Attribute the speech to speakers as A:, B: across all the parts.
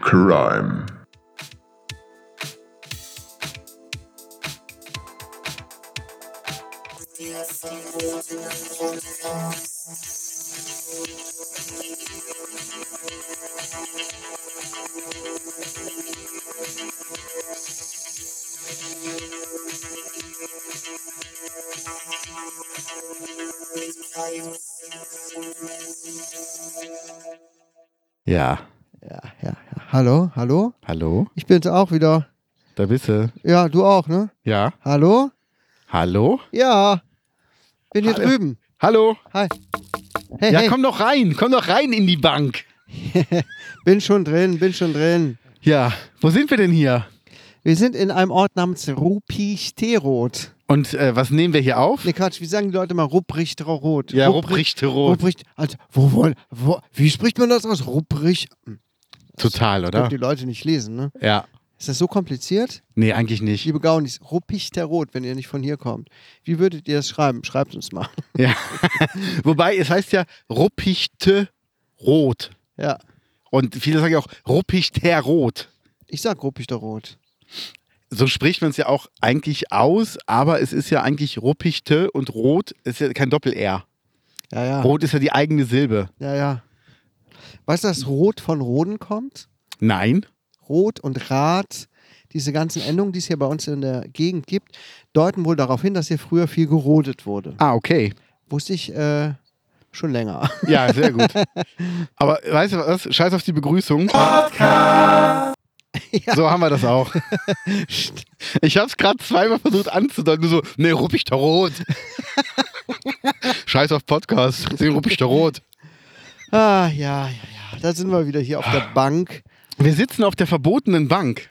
A: Crime.
B: Ja,
C: Ja, ja, ja. Hallo, hallo?
B: hallo,
C: Ich bin's auch wieder.
B: da bist du.
C: Ja, du auch, ne?
B: Ja,
C: Hallo?
B: hallo,
C: Ja. Bin hier
B: Hallo.
C: drüben.
B: hallo.
C: Hi. Hey,
B: ja,
C: hey.
B: komm doch rein, komm doch rein in die Bank.
C: Bin schon drin, bin schon drin.
B: Ja, wo sind wir denn hier?
C: Wir sind in einem Ort namens Rupichterot.
B: Und äh, was nehmen wir hier auf?
C: Ne, Quatsch, wie sagen die Leute mal Ruprichterot?
B: Ja, Rupprichterot.
C: Rupricht, also, wo wollen, wo, wie spricht man das aus? Ruprich.
B: Total,
C: Können
B: oder?
C: die Leute nicht lesen, ne?
B: Ja.
C: Ist das so kompliziert?
B: Nee, eigentlich nicht.
C: Liebe Gaunis, Rupichterot, wenn ihr nicht von hier kommt. Wie würdet ihr das schreiben? Schreibt uns mal.
B: Ja. Wobei, es heißt ja Ruppichte Rot.
C: Ja.
B: Und viele sagen ja auch Ruppichter Rot.
C: Ich sag Rupichterot.
B: So spricht man es ja auch eigentlich aus, aber es ist ja eigentlich Ruppichte und Rot ist ja kein Doppel-R.
C: Ja, ja.
B: Rot ist ja die eigene Silbe.
C: Ja, ja. Weißt du, dass Rot von Roden kommt?
B: Nein.
C: Rot und Rad, diese ganzen Endungen, die es hier bei uns in der Gegend gibt, deuten wohl darauf hin, dass hier früher viel gerodet wurde.
B: Ah, okay.
C: Wusste ich äh, schon länger.
B: Ja, sehr gut. Aber weißt du was? Scheiß auf die Begrüßung. So haben wir das auch. Ich habe es gerade zweimal versucht anzudeuten. Nur so, nee, ruppig der Rot. Scheiß auf Podcast. Den ruppig der Rot.
C: Ah, ja, ja, ja. Da sind wir wieder hier auf der Bank.
B: Wir sitzen auf der verbotenen Bank.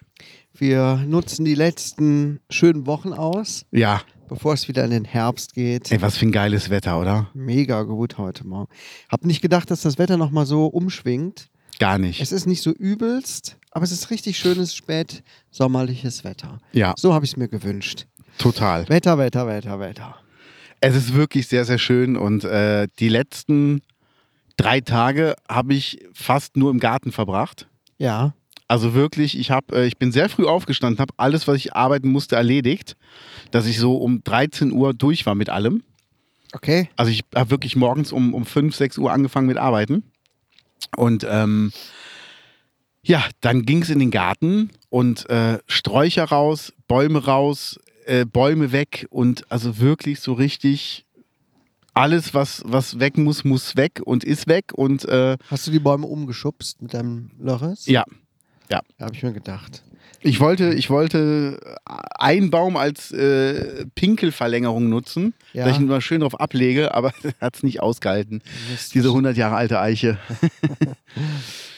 C: Wir nutzen die letzten schönen Wochen aus,
B: Ja.
C: bevor es wieder in den Herbst geht.
B: Ey, was für ein geiles Wetter, oder?
C: Mega gut heute Morgen. Hab nicht gedacht, dass das Wetter nochmal so umschwingt.
B: Gar nicht.
C: Es ist nicht so übelst, aber es ist richtig schönes, spät sommerliches Wetter.
B: Ja,
C: So habe ich es mir gewünscht.
B: total.
C: Wetter, Wetter, Wetter, Wetter.
B: Es ist wirklich sehr, sehr schön. Und äh, die letzten drei Tage habe ich fast nur im Garten verbracht.
C: Ja,
B: Also wirklich, ich habe, äh, ich bin sehr früh aufgestanden, habe alles, was ich arbeiten musste, erledigt, dass ich so um 13 Uhr durch war mit allem.
C: okay.
B: Also ich habe wirklich morgens um, um 5, 6 Uhr angefangen mit Arbeiten. Und ähm, ja, dann ging es in den Garten und äh, Sträucher raus, Bäume raus, äh, Bäume weg und also wirklich so richtig alles, was, was weg muss, muss weg und ist weg. Und äh,
C: Hast du die Bäume umgeschubst mit deinem Loches?
B: ja,
C: Ja, habe ich mir gedacht.
B: Ich wollte, ich wollte äh, einen Baum als äh, Pinkelverlängerung nutzen,
C: Ja.
B: da ich ihn mal schön drauf ablege, aber hat es nicht ausgehalten.
C: Mist.
B: Diese 100 Jahre alte Eiche.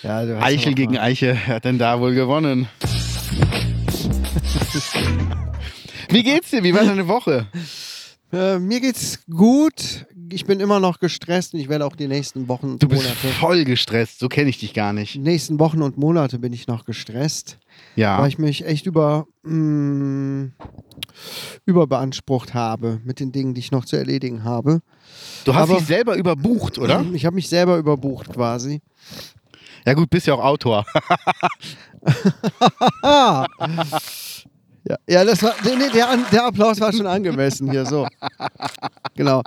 C: Ja, du hast
B: Eichel
C: aber-
B: gegen Eiche hat denn da wohl gewonnen. Wie geht's dir? Wie war deine Woche?
C: Äh, mir geht's gut. Ich bin immer noch gestresst und ich werde auch die nächsten Wochen,
B: Du bist
C: Monate.
B: voll gestresst, so kenne ich dich gar
C: Die
B: nicht.
C: nächsten Wochen und Monate bin ich noch gestresst,
B: Ja,
C: weil ich mich echt über mh, überbeansprucht habe mit den Dingen, die ich noch zu erledigen habe.
B: du hast
C: aber- Mhm.
B: dich selber überbucht, oder?
C: Ich habe mich selber überbucht quasi.
B: Ja gut, bist ja auch Autor.
C: Ah. Ja, ja, das war. Nee, nee, der, An- der Applaus war schon angemessen hier so. Genau.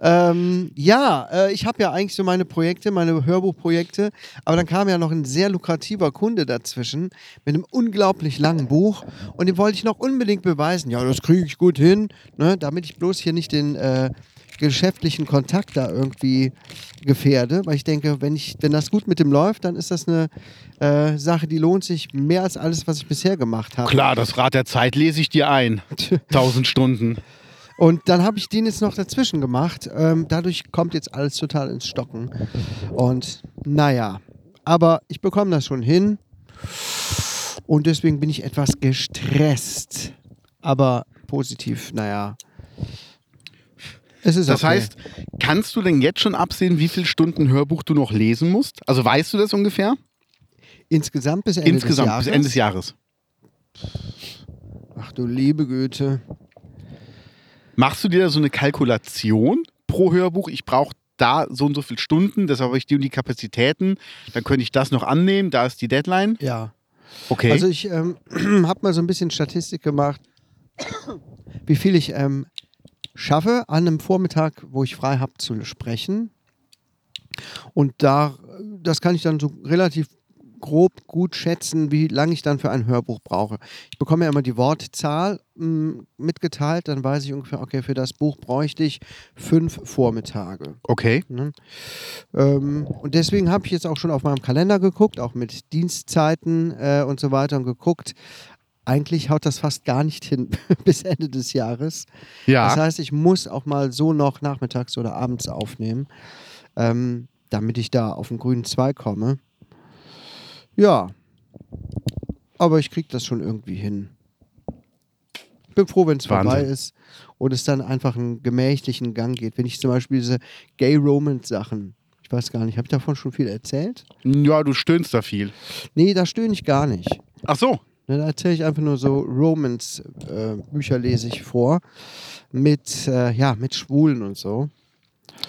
C: Ähm, ja, äh, ich habe ja eigentlich so meine Projekte, meine Hörbuchprojekte, aber dann kam ja noch ein sehr lukrativer Kunde dazwischen mit einem unglaublich langen Buch und dem wollte ich noch unbedingt beweisen, ja, das kriege ich gut hin, ne, damit ich bloß hier nicht den äh, geschäftlichen Kontakt da irgendwie gefährde, weil ich denke, wenn, ich, wenn das gut mit dem läuft, dann ist das eine äh, Sache, die lohnt sich mehr als alles, was ich bisher gemacht habe.
B: Klar, das Rad der Zeit lese ich dir ein. 1000 Stunden.
C: Und dann habe ich den jetzt noch dazwischen gemacht. Ähm, dadurch kommt jetzt alles total ins Stocken. Und naja, aber ich bekomme das schon hin. Und deswegen bin ich etwas gestresst. Aber positiv, naja. Es ist
B: Das
C: okay.
B: heißt, kannst du denn jetzt schon absehen, wie viele Stunden Hörbuch du noch lesen musst? Also weißt du das ungefähr?
C: insgesamt bis Ende
B: Insgesamt
C: des Jahres.
B: bis Ende des Jahres.
C: Ach du liebe Güte.
B: Machst du dir da so eine Kalkulation pro Hörbuch? Ich brauche da so und so viele Stunden, deshalb habe ich die und die Kapazitäten, dann könnte ich das noch annehmen, da ist die Deadline.
C: Ja.
B: Okay.
C: Also ich ähm, habe mal so ein bisschen Statistik gemacht, wie viel ich ähm, schaffe, an einem Vormittag, wo ich frei habe, zu sprechen. Und da, das kann ich dann so relativ grob gut schätzen, wie lange ich dann für ein Hörbuch brauche. Ich bekomme ja immer die Wortzahl m, mitgeteilt, dann weiß ich ungefähr, okay, für das Buch bräuchte ich fünf Vormittage.
B: okay.
C: Ne? Ähm, und deswegen habe ich jetzt auch schon auf meinem Kalender geguckt, auch mit Dienstzeiten äh, und so weiter und geguckt. Eigentlich haut das fast gar nicht hin bis Ende des Jahres.
B: Ja.
C: Das heißt, ich muss auch mal so noch nachmittags oder abends aufnehmen, ähm, damit ich da auf den grünen Zweig komme. Ja. Aber ich kriege das schon irgendwie hin. Ich bin froh, wenn es vorbei
B: Wahnsinn.
C: ist und es dann einfach einen gemächlichen Gang geht. Wenn ich zum Beispiel diese Gay Romance-Sachen, ich weiß gar nicht, habe ich davon schon viel erzählt?
B: ja, du stöhnst da viel.
C: Nee, da stöhne ich gar nicht.
B: Ach so.
C: Ne, Da erzähle ich einfach nur so Romance-Bücher lese ich vor mit, äh, ja, mit Schwulen und so.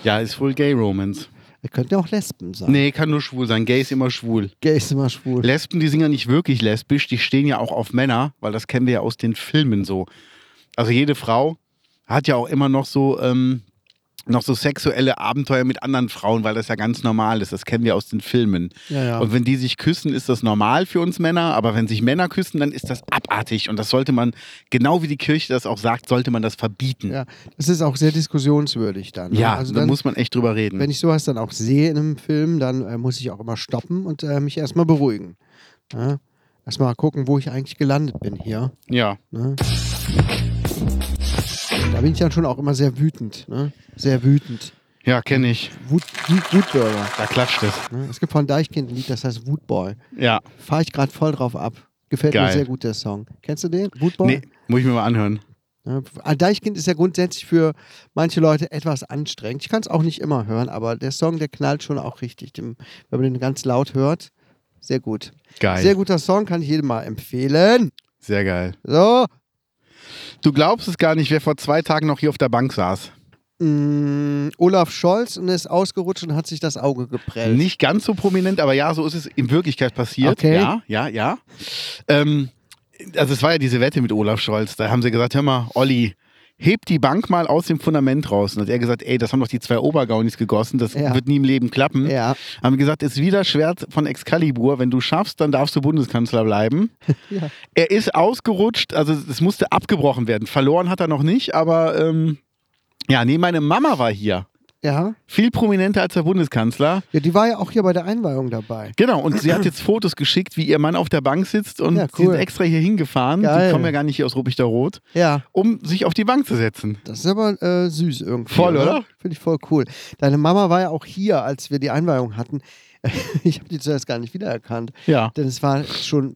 B: Ja, ist wohl Gay Romance.
C: Es könnten ja auch Lesben sein.
B: Nee, kann nur schwul sein. Gay ist immer schwul.
C: Gay ist immer schwul.
B: Lesben, die sind ja nicht wirklich lesbisch, die stehen ja auch auf Männer, weil das kennen wir ja aus den Filmen so. Also jede Frau hat ja auch immer noch so, ähm, noch so sexuelle Abenteuer mit anderen Frauen, weil das ja ganz normal ist. Das kennen wir aus den Filmen.
C: Ja, ja.
B: Und wenn die sich küssen, ist das normal für uns Männer, aber wenn sich Männer küssen, dann ist das abartig. Und das sollte man, genau wie die Kirche das auch sagt, sollte man das verbieten. Ja,
C: ja, das ist auch sehr diskussionswürdig dann. ne? also
B: da
C: dann,
B: muss man echt drüber reden.
C: wenn ich sowas dann auch sehe in einem Film, dann äh, muss ich auch immer stoppen und äh, mich erstmal beruhigen. Ja? Erstmal gucken, wo ich eigentlich gelandet bin hier.
B: ja.
C: Ne? Da bin ich dann schon auch immer sehr wütend. Ne? Sehr wütend.
B: ja kenne ich.
C: Wut, Wut, Wutbürger.
B: Da klatscht es.
C: Ne? Es gibt von Deichkind ein Lied, das heißt Woodboy.
B: Ja.
C: Fahre ich gerade voll drauf ab. Gefällt mir
B: Geil.
C: sehr gut, der Song. Kennst du den? Woodboy?
B: Nee, muss ich mir mal anhören.
C: Ne? Deichkind ist ja grundsätzlich für manche Leute etwas anstrengend. Ich kann es auch nicht immer hören, aber der Song, der knallt schon auch richtig. Dem, wenn man den ganz laut hört, sehr gut.
B: Geil.
C: Sehr guter Song, kann ich jedem mal empfehlen.
B: Sehr geil.
C: So.
B: Du glaubst es gar nicht, wer vor zwei Tagen noch hier auf der Bank saß.
C: Mm, Olaf Scholz und er ist ausgerutscht und hat sich das Auge geprellt.
B: Nicht ganz so prominent, aber ja, so ist es in Wirklichkeit passiert.
C: Okay.
B: Ja, ja, ja. Ähm, also es war ja diese Wette mit Olaf Scholz. Da haben sie gesagt, hör mal, Olli, heb die Bank mal aus dem Fundament raus. Und hat er gesagt, ey, das haben doch die zwei Obergaunis gegossen, das
C: Ja.
B: wird nie im Leben klappen.
C: Ja.
B: Haben gesagt, ist wieder Schwert von Excalibur. Wenn du schaffst, dann darfst du Bundeskanzler bleiben.
C: Ja.
B: Er ist ausgerutscht, also es musste abgebrochen werden. Verloren hat er noch nicht, aber ähm, ja, nee, meine Mama war hier.
C: ja.
B: Viel prominenter als der Bundeskanzler.
C: Ja, die war ja auch hier bei der Einweihung dabei.
B: Genau, und sie hat jetzt Fotos geschickt, wie ihr Mann auf der Bank sitzt und
C: Ja,
B: sie
C: cool.
B: sind extra hier hingefahren.
C: Geil.
B: Die kommen ja gar nicht hier aus Rubik Rot,
C: Ja.
B: um sich auf die Bank zu setzen.
C: Das ist aber äh, süß irgendwie.
B: Voll, oder?
C: Finde ich voll cool. Deine Mama war ja auch hier, als wir die Einweihung hatten. Ich habe die zuerst gar nicht wiedererkannt,
B: Ja.
C: denn es war schon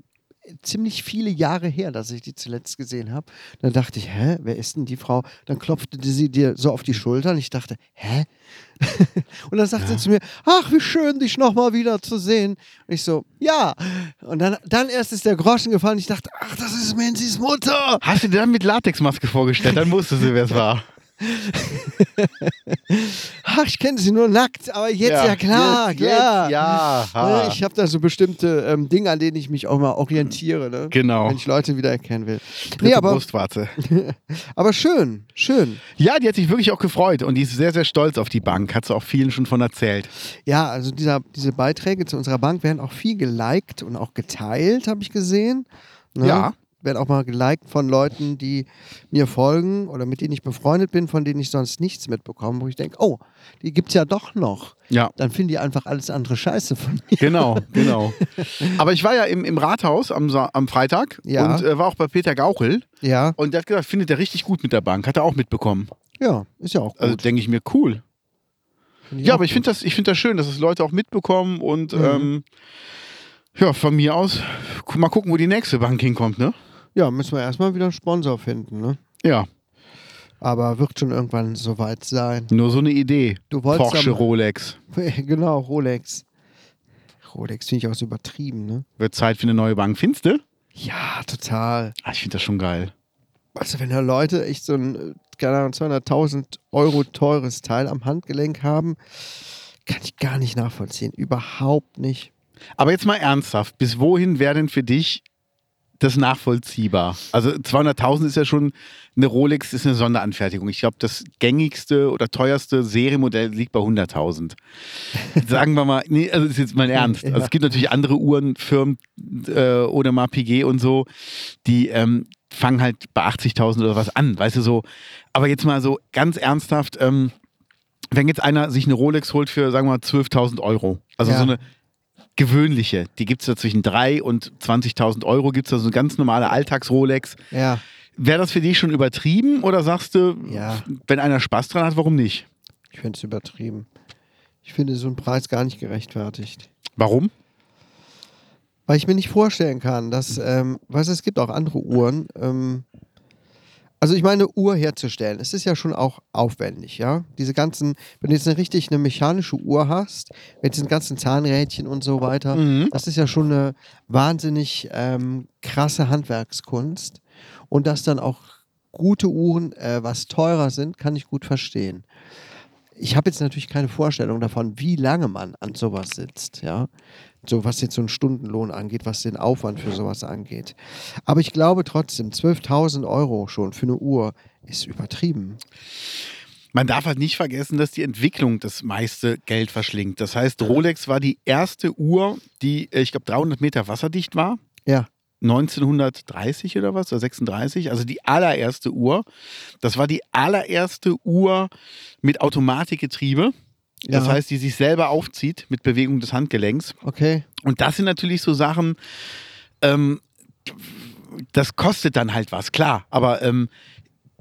C: ziemlich viele Jahre her, dass ich die zuletzt gesehen habe. Dann dachte ich, hä, wer ist denn die Frau? Dann klopfte die- sie dir so auf die Schulter und ich dachte, hä? und dann sagt sie zu mir, ach, wie schön, dich nochmal wieder zu sehen. Und ich so, ja. Und dann, dann erst ist der Groschen gefallen. Ich dachte, ach, das ist Menzies Mutter.
B: Hast du dir dann mit Latexmaske vorgestellt? Dann wusste sie, wer es war.
C: Ach, ich kenne sie nur nackt, aber jetzt ja, klar,
B: Jetzt,
C: klar.
B: Jetzt, ja.
C: Ne,
B: Ha.
C: Ich habe da so bestimmte ähm, Dinge, an denen ich mich auch mal orientiere, ne?
B: Genau.
C: wenn ich Leute wiedererkennen will. Nee,
B: Dritte
C: aber,
B: Brustwarze.
C: aber schön, schön.
B: Ja, die hat sich wirklich auch gefreut und die ist sehr, sehr stolz auf die Bank. Hat sie auch vielen schon von erzählt.
C: Ja, also dieser, diese Beiträge zu unserer Bank werden auch viel geliked und auch geteilt, habe ich gesehen. Ne?
B: Ja.
C: Werden auch mal geliked von Leuten, die mir folgen oder mit denen ich befreundet bin, von denen ich sonst nichts mitbekomme, wo ich denke, oh, die gibt es ja doch noch.
B: Ja.
C: Dann finden die einfach alles andere Scheiße von mir.
B: Genau, genau. Aber ich war ja im, im Rathaus am, Sa am Freitag
C: Ja.
B: und äh, war auch bei Peter Gauchel.
C: Ja,
B: Und der hat gesagt, findet er richtig gut mit der Bank. Hat er auch mitbekommen.
C: ja, ist ja auch gut.
B: Also denke ich mir, cool.
C: Find
B: Ja,
C: auch
B: aber ich
C: gut.
B: finde das, ich find das schön, dass es Leute auch mitbekommen und
C: Mhm.
B: ähm, ja, von mir aus, gu- mal gucken, wo die nächste Bank hinkommt, ne?
C: Ja, müssen wir erstmal wieder einen Sponsor finden, ne?
B: Ja,
C: Aber wird schon irgendwann soweit sein.
B: nur so eine Idee.
C: Du wolltest
B: Porsche
C: am-
B: Rolex.
C: genau, Rolex. Rolex finde ich auch so übertrieben, ne?
B: Wird Zeit für eine neue Bank, findest du?
C: Ja, total.
B: Ah, ich finde das schon geil.
C: Also wenn da Leute echt so ein äh, keine Ahnung, 200.000 Euro teures Teil am Handgelenk haben, kann ich gar nicht nachvollziehen. Überhaupt nicht.
B: Aber jetzt mal ernsthaft, bis wohin wäre denn für dich das nachvollziehbar? Also 200.000 ist ja schon, eine Rolex ist eine Sonderanfertigung. Ich glaube, das gängigste oder teuerste Serienmodell liegt bei 100.000. Sagen wir mal, nee, also das ist jetzt mein Ernst. Also es gibt natürlich andere Uhrenfirmen, äh, oder mal PG und so, die ähm, fangen halt bei 80.000 oder was an, weißt du so. Aber jetzt mal so ganz ernsthaft, ähm, wenn jetzt einer sich eine Rolex holt für, sagen wir mal, 12.000 Euro, also
C: Ja.
B: so eine gewöhnliche, die gibt es da zwischen 3 und 20.000 Euro, gibt es da so eine ganz normale Alltags-Rolex.
C: Ja.
B: Wäre das für dich schon übertrieben oder sagst du,
C: Ja.
B: wenn einer Spaß dran hat, warum nicht?
C: Ich finde es übertrieben. Ich finde so einen Preis gar nicht gerechtfertigt.
B: Warum?
C: Weil ich mir nicht vorstellen kann, dass, ähm, weißt du, es gibt auch andere Uhren. Ähm, also ich meine, Uhr herzustellen, es ist ja schon auch aufwendig, ja. Diese ganzen, wenn du jetzt eine richtig eine mechanische Uhr hast, mit diesen ganzen Zahnrädchen und so weiter,
B: Mhm.
C: das ist ja schon eine wahnsinnig ähm, krasse Handwerkskunst. Und dass dann auch gute Uhren äh, was teurer sind, kann ich gut verstehen. Ich habe jetzt natürlich keine Vorstellung davon, wie lange man an sowas sitzt, ja. So was jetzt so einen Stundenlohn angeht, was den Aufwand für sowas angeht. Aber ich glaube trotzdem, 12.000 Euro schon für eine Uhr ist übertrieben.
B: Man darf halt nicht vergessen, dass die Entwicklung das meiste Geld verschlingt. Das heißt, Rolex war die erste Uhr, die, äh, ich glaube, 300 Meter wasserdicht war.
C: Ja,
B: 1930 oder was, oder 36, also die allererste Uhr. Das war die allererste Uhr mit Automatikgetriebe.
C: Ja.
B: Das heißt, die sich selber aufzieht mit Bewegung des Handgelenks.
C: okay.
B: Und das sind natürlich so Sachen, ähm, das kostet dann halt was, klar. Aber ähm,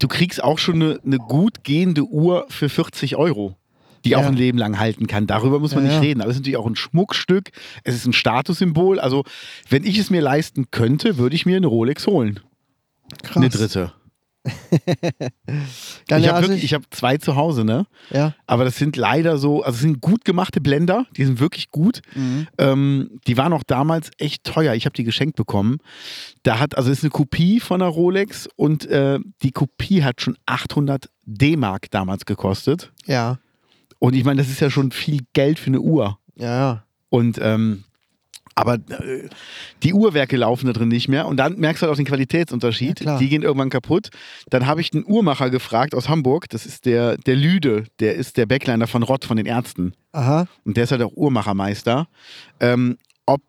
B: du kriegst auch schon eine, eine gut gehende Uhr für 40 Euro, die auch
C: Ja.
B: ein Leben lang halten kann. Darüber muss man
C: Ja,
B: nicht
C: ja.
B: reden. Aber es ist natürlich auch ein Schmuckstück, es ist ein Statussymbol. Also, wenn ich es mir leisten könnte, würde ich mir eine Rolex holen.
C: Krass.
B: Eine dritte.
C: Dann
B: ich
C: ja,
B: habe
C: also
B: wirklich, ich habe zwei zu Hause, ne?
C: ja.
B: Aber das sind leider so, also es sind gut gemachte Blender, die sind wirklich gut.
C: Mhm.
B: Ähm, die waren auch damals echt teuer. Ich habe die geschenkt bekommen. Da hat, also es ist eine Kopie von einer Rolex und äh, die Kopie hat schon 800 D-Mark damals gekostet.
C: Ja,
B: Und ich meine, das ist ja schon viel Geld für eine Uhr.
C: ja, ja.
B: Und ähm, aber äh, die Uhrwerke laufen da drin nicht mehr. Und dann merkst du halt auch den Qualitätsunterschied.
C: Ja, klar.
B: die gehen irgendwann kaputt. Dann habe ich einen Uhrmacher gefragt aus Hamburg. Das ist der, der Lüde. Der ist der Backliner von Rott, von den Ärzten
C: Aha.
B: und der ist halt auch Uhrmachermeister, ähm, ob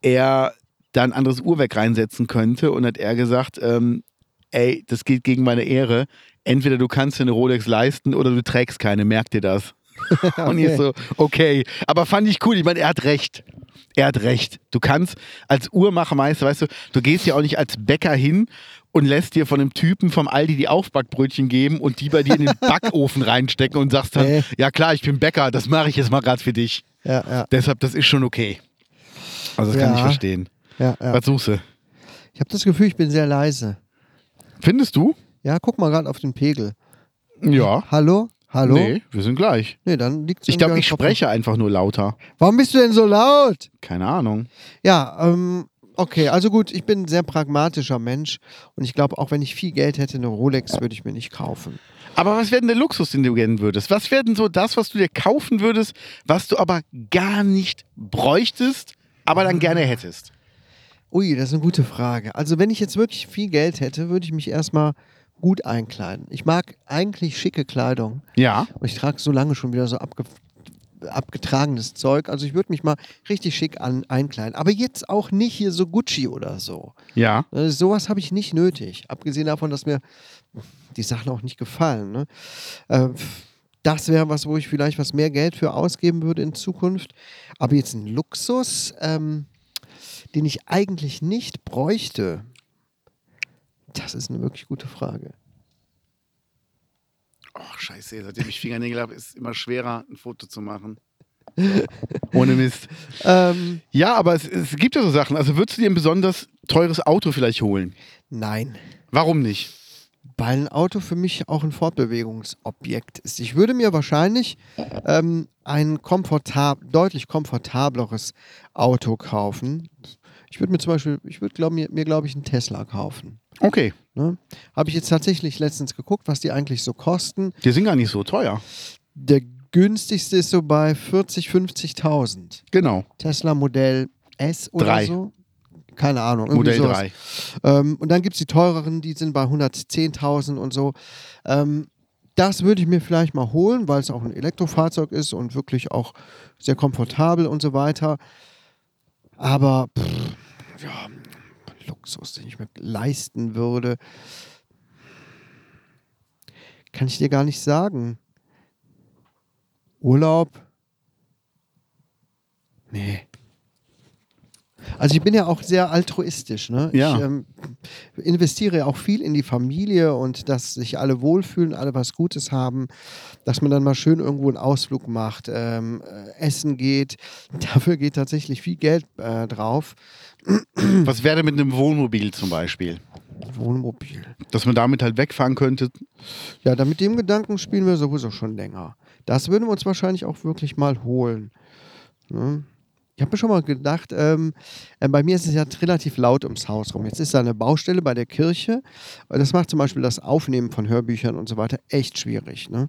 B: er da ein anderes Uhrwerk reinsetzen könnte. Und hat er gesagt, ähm, ey, das geht gegen meine Ehre. Entweder du kannst dir eine Rolex leisten oder du trägst keine, merk dir das. Und ich
C: Okay.
B: so, okay. Aber fand ich cool. Ich meine, er hat recht. Er hat recht. Du kannst als Uhrmachermeister, weißt du, du gehst ja auch nicht als Bäcker hin und lässt dir von dem Typen vom Aldi die Aufbackbrötchen geben und die bei dir in den Backofen reinstecken und sagst dann,
C: Nee.
B: ja klar, ich bin Bäcker, das mache ich jetzt mal gerade für dich.
C: Ja, ja,
B: Deshalb, das ist schon okay. Also das kann
C: Ja.
B: ich verstehen.
C: ja, ja.
B: Was suchst du?
C: Ich habe das Gefühl, ich bin sehr leise.
B: Findest du?
C: Ja, guck mal gerade auf den Pegel.
B: Ja.
C: Hallo? Hallo?
B: Nee, wir sind gleich.
C: Nee, dann liegt
B: Ich glaube, ich spreche einfach nur lauter.
C: Warum bist du denn so laut?
B: Keine Ahnung.
C: Ja, ähm, okay, also gut, ich bin ein sehr pragmatischer Mensch und ich glaube, auch wenn ich viel Geld hätte, eine Rolex würde ich mir nicht kaufen.
B: Aber was wäre denn der Luxus, den du gönnen würdest? Was wäre denn so das, was du dir kaufen würdest, was du aber gar nicht bräuchtest, aber dann gerne hättest?
C: Ui, das ist eine gute Frage. Also, wenn ich jetzt wirklich viel Geld hätte, würde ich mich erstmal gut einkleiden. Ich mag eigentlich schicke Kleidung
B: Ja.
C: und ich trage so lange schon wieder so abge abgetragenes Zeug. Also, ich würde mich mal richtig schick an einkleiden. Aber jetzt auch nicht hier so Gucci oder so.
B: Ja.
C: Äh, Sowas habe ich nicht nötig. Abgesehen davon, dass mir die Sachen auch nicht gefallen. Ne? Äh, pff, das wäre was, wo ich vielleicht was mehr Geld für ausgeben würde in Zukunft. Aber jetzt ein Luxus, ähm, den ich eigentlich nicht bräuchte. Das ist eine wirklich gute Frage.
B: Oh, scheiße, seitdem ich Fingernägel habe, ist es immer schwerer, ein Foto zu machen. Ohne Mist.
C: Ähm,
B: Ja, aber es, es gibt ja so Sachen. Also würdest du dir ein besonders teures Auto vielleicht holen?
C: nein,
B: Warum nicht?
C: weil ein Auto für mich auch ein Fortbewegungsobjekt ist. Ich würde mir wahrscheinlich ähm, ein komfortab deutlich komfortableres Auto kaufen. Ich würde mir zum Beispiel, ich würde glaub, mir, mir glaube ich, einen Tesla kaufen.
B: Okay.
C: Ne? Habe ich jetzt tatsächlich letztens geguckt, was die eigentlich so kosten.
B: Die sind gar nicht so teuer.
C: Der günstigste ist so bei 40, 50.000.
B: Genau.
C: Tesla Modell S oder
B: Drei.
C: so. Keine Ahnung. irgendwie
B: Modell
C: sowas.
B: 3.
C: Ähm, und dann gibt es die teureren, die sind bei 110.000 und so. Ähm, das würde ich mir vielleicht mal holen, weil es auch ein Elektrofahrzeug ist und wirklich auch sehr komfortabel und so weiter. Aber pff, ja, Luxus, den ich mir leisten würde, kann ich dir gar nicht sagen. Urlaub? Nee. Also ich bin ja auch sehr altruistisch. Ne?
B: Ja.
C: Ich ähm, investiere ja auch viel in die Familie und dass sich alle wohlfühlen, alle was Gutes haben, dass man dann mal schön irgendwo einen Ausflug macht, ähm, äh, essen geht. Dafür geht tatsächlich viel Geld äh, drauf.
B: Was wäre denn mit einem Wohnmobil zum Beispiel?
C: Wohnmobil.
B: Dass man damit halt wegfahren könnte.
C: Ja, dann mit dem Gedanken spielen wir sowieso schon länger. Das würden wir uns wahrscheinlich auch wirklich mal holen. Ne? Ich habe mir schon mal gedacht, ähm, äh, bei mir ist es ja relativ laut ums Haus rum. Jetzt ist da eine Baustelle bei der Kirche. Das macht zum Beispiel das Aufnehmen von Hörbüchern und so weiter echt schwierig. Ne?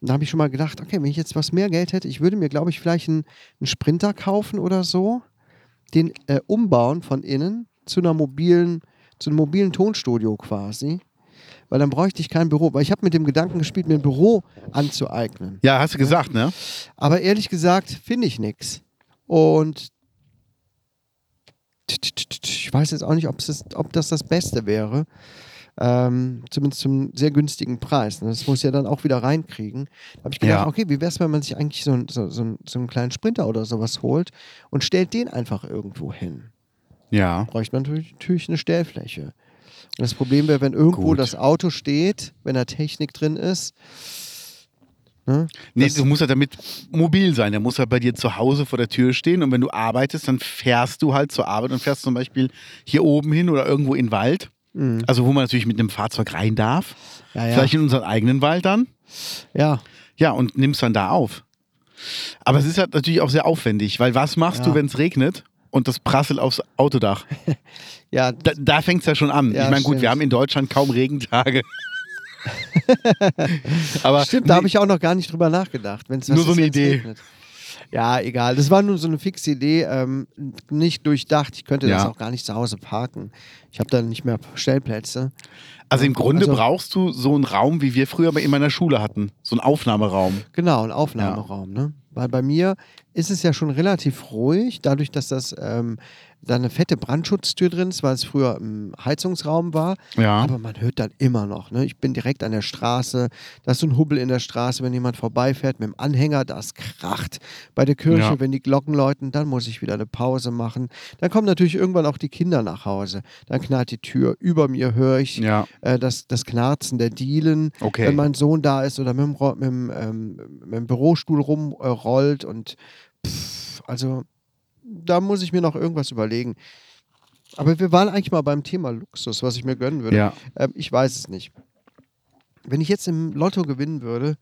C: Und da habe ich schon mal gedacht, okay, wenn ich jetzt was mehr Geld hätte, ich würde mir, glaube ich, vielleicht einen, einen Sprinter kaufen oder so, den äh, umbauen von innen zu einer mobilen, zu einem mobilen Tonstudio quasi. Weil dann bräuchte ich kein Büro. Weil ich habe mit dem Gedanken gespielt, mir ein Büro anzueignen.
B: Ja, hast du gesagt, ne?
C: Aber ehrlich gesagt finde ich nichts. Und ich weiß jetzt auch nicht, ob's das, ob das das Beste wäre. Ähm, zumindest zum sehr günstigen Preis. ne? Das muss ich ja dann auch wieder reinkriegen. Da habe ich gedacht,
B: Ja.
C: okay, wie wäre es, wenn man sich eigentlich so, ein- so, so, ein- so einen kleinen Sprinter oder sowas holt und stellt den einfach irgendwo hin?
B: Ja.
C: Bräuchte man natürlich- natürlich eine Stellfläche. Und das Problem wäre, wenn irgendwo
B: Gut.
C: das Auto steht, wenn da Technik drin ist. Ne?
B: Nee,
C: Das-
B: du musst ja damit mobil sein. Der muss halt bei dir zu Hause vor der Tür stehen. Und wenn du arbeitest, dann fährst du halt zur Arbeit und fährst zum Beispiel hier oben hin oder irgendwo in den Wald.
C: Mhm.
B: Also wo man natürlich mit einem Fahrzeug rein darf.
C: Ja, ja.
B: Vielleicht in unseren eigenen Wald dann.
C: ja.
B: Ja, und nimmst dann da auf. Aber es ist halt natürlich auch sehr aufwendig, weil was machst
C: Ja.
B: du, wenn es regnet und das prasselt aufs Autodach?
C: Ja,
B: Da, da fängt es ja schon an.
C: Ja,
B: ich meine, gut,
C: stimmt.
B: wir haben in Deutschland kaum Regentage. Aber
C: Stimmt, da habe ich auch noch gar nicht drüber nachgedacht. Wenn's was
B: Nur so
C: ist,
B: eine
C: wenn's
B: Idee.
C: regnet. Ja, egal. Das war nur so eine fixe Idee, ähm, nicht durchdacht. Ich könnte das
B: Ja.
C: auch gar nicht zu Hause parken. Ich habe dann nicht mehr Stellplätze.
B: Also im Grunde
C: Also-
B: brauchst du so einen Raum, wie wir früher bei- in meiner Schule hatten. So einen Aufnahmeraum.
C: Genau, ein Aufnahmeraum. Ne? Weil bei mir ist es ja schon relativ ruhig, dadurch, dass das ähm, da eine fette Brandschutztür drin ist, weil es früher im Heizungsraum war.
B: Ja.
C: Aber man hört dann immer noch. Ne? Ich bin direkt an der Straße. Da ist so ein Hubbel in der Straße, wenn jemand vorbeifährt mit dem Anhänger, das kracht. Bei der Kirche,
B: Ja.
C: wenn die Glocken läuten, dann muss ich wieder eine Pause machen. Dann kommen natürlich irgendwann auch die Kinder nach Hause. Dann knallt die Tür. Über mir höre ich
B: Ja.
C: äh, das, das Knarzen der Dielen.
B: Okay.
C: Wenn mein Sohn da ist oder mit dem, Ro- mit dem, ähm, mit dem Bürostuhl rumrollt und pff, also da muss ich mir noch irgendwas überlegen. Aber wir waren eigentlich mal beim Thema Luxus, was ich mir gönnen würde.
B: Ja.
C: Ähm, ich weiß es nicht. Wenn ich jetzt im Lotto gewinnen würde,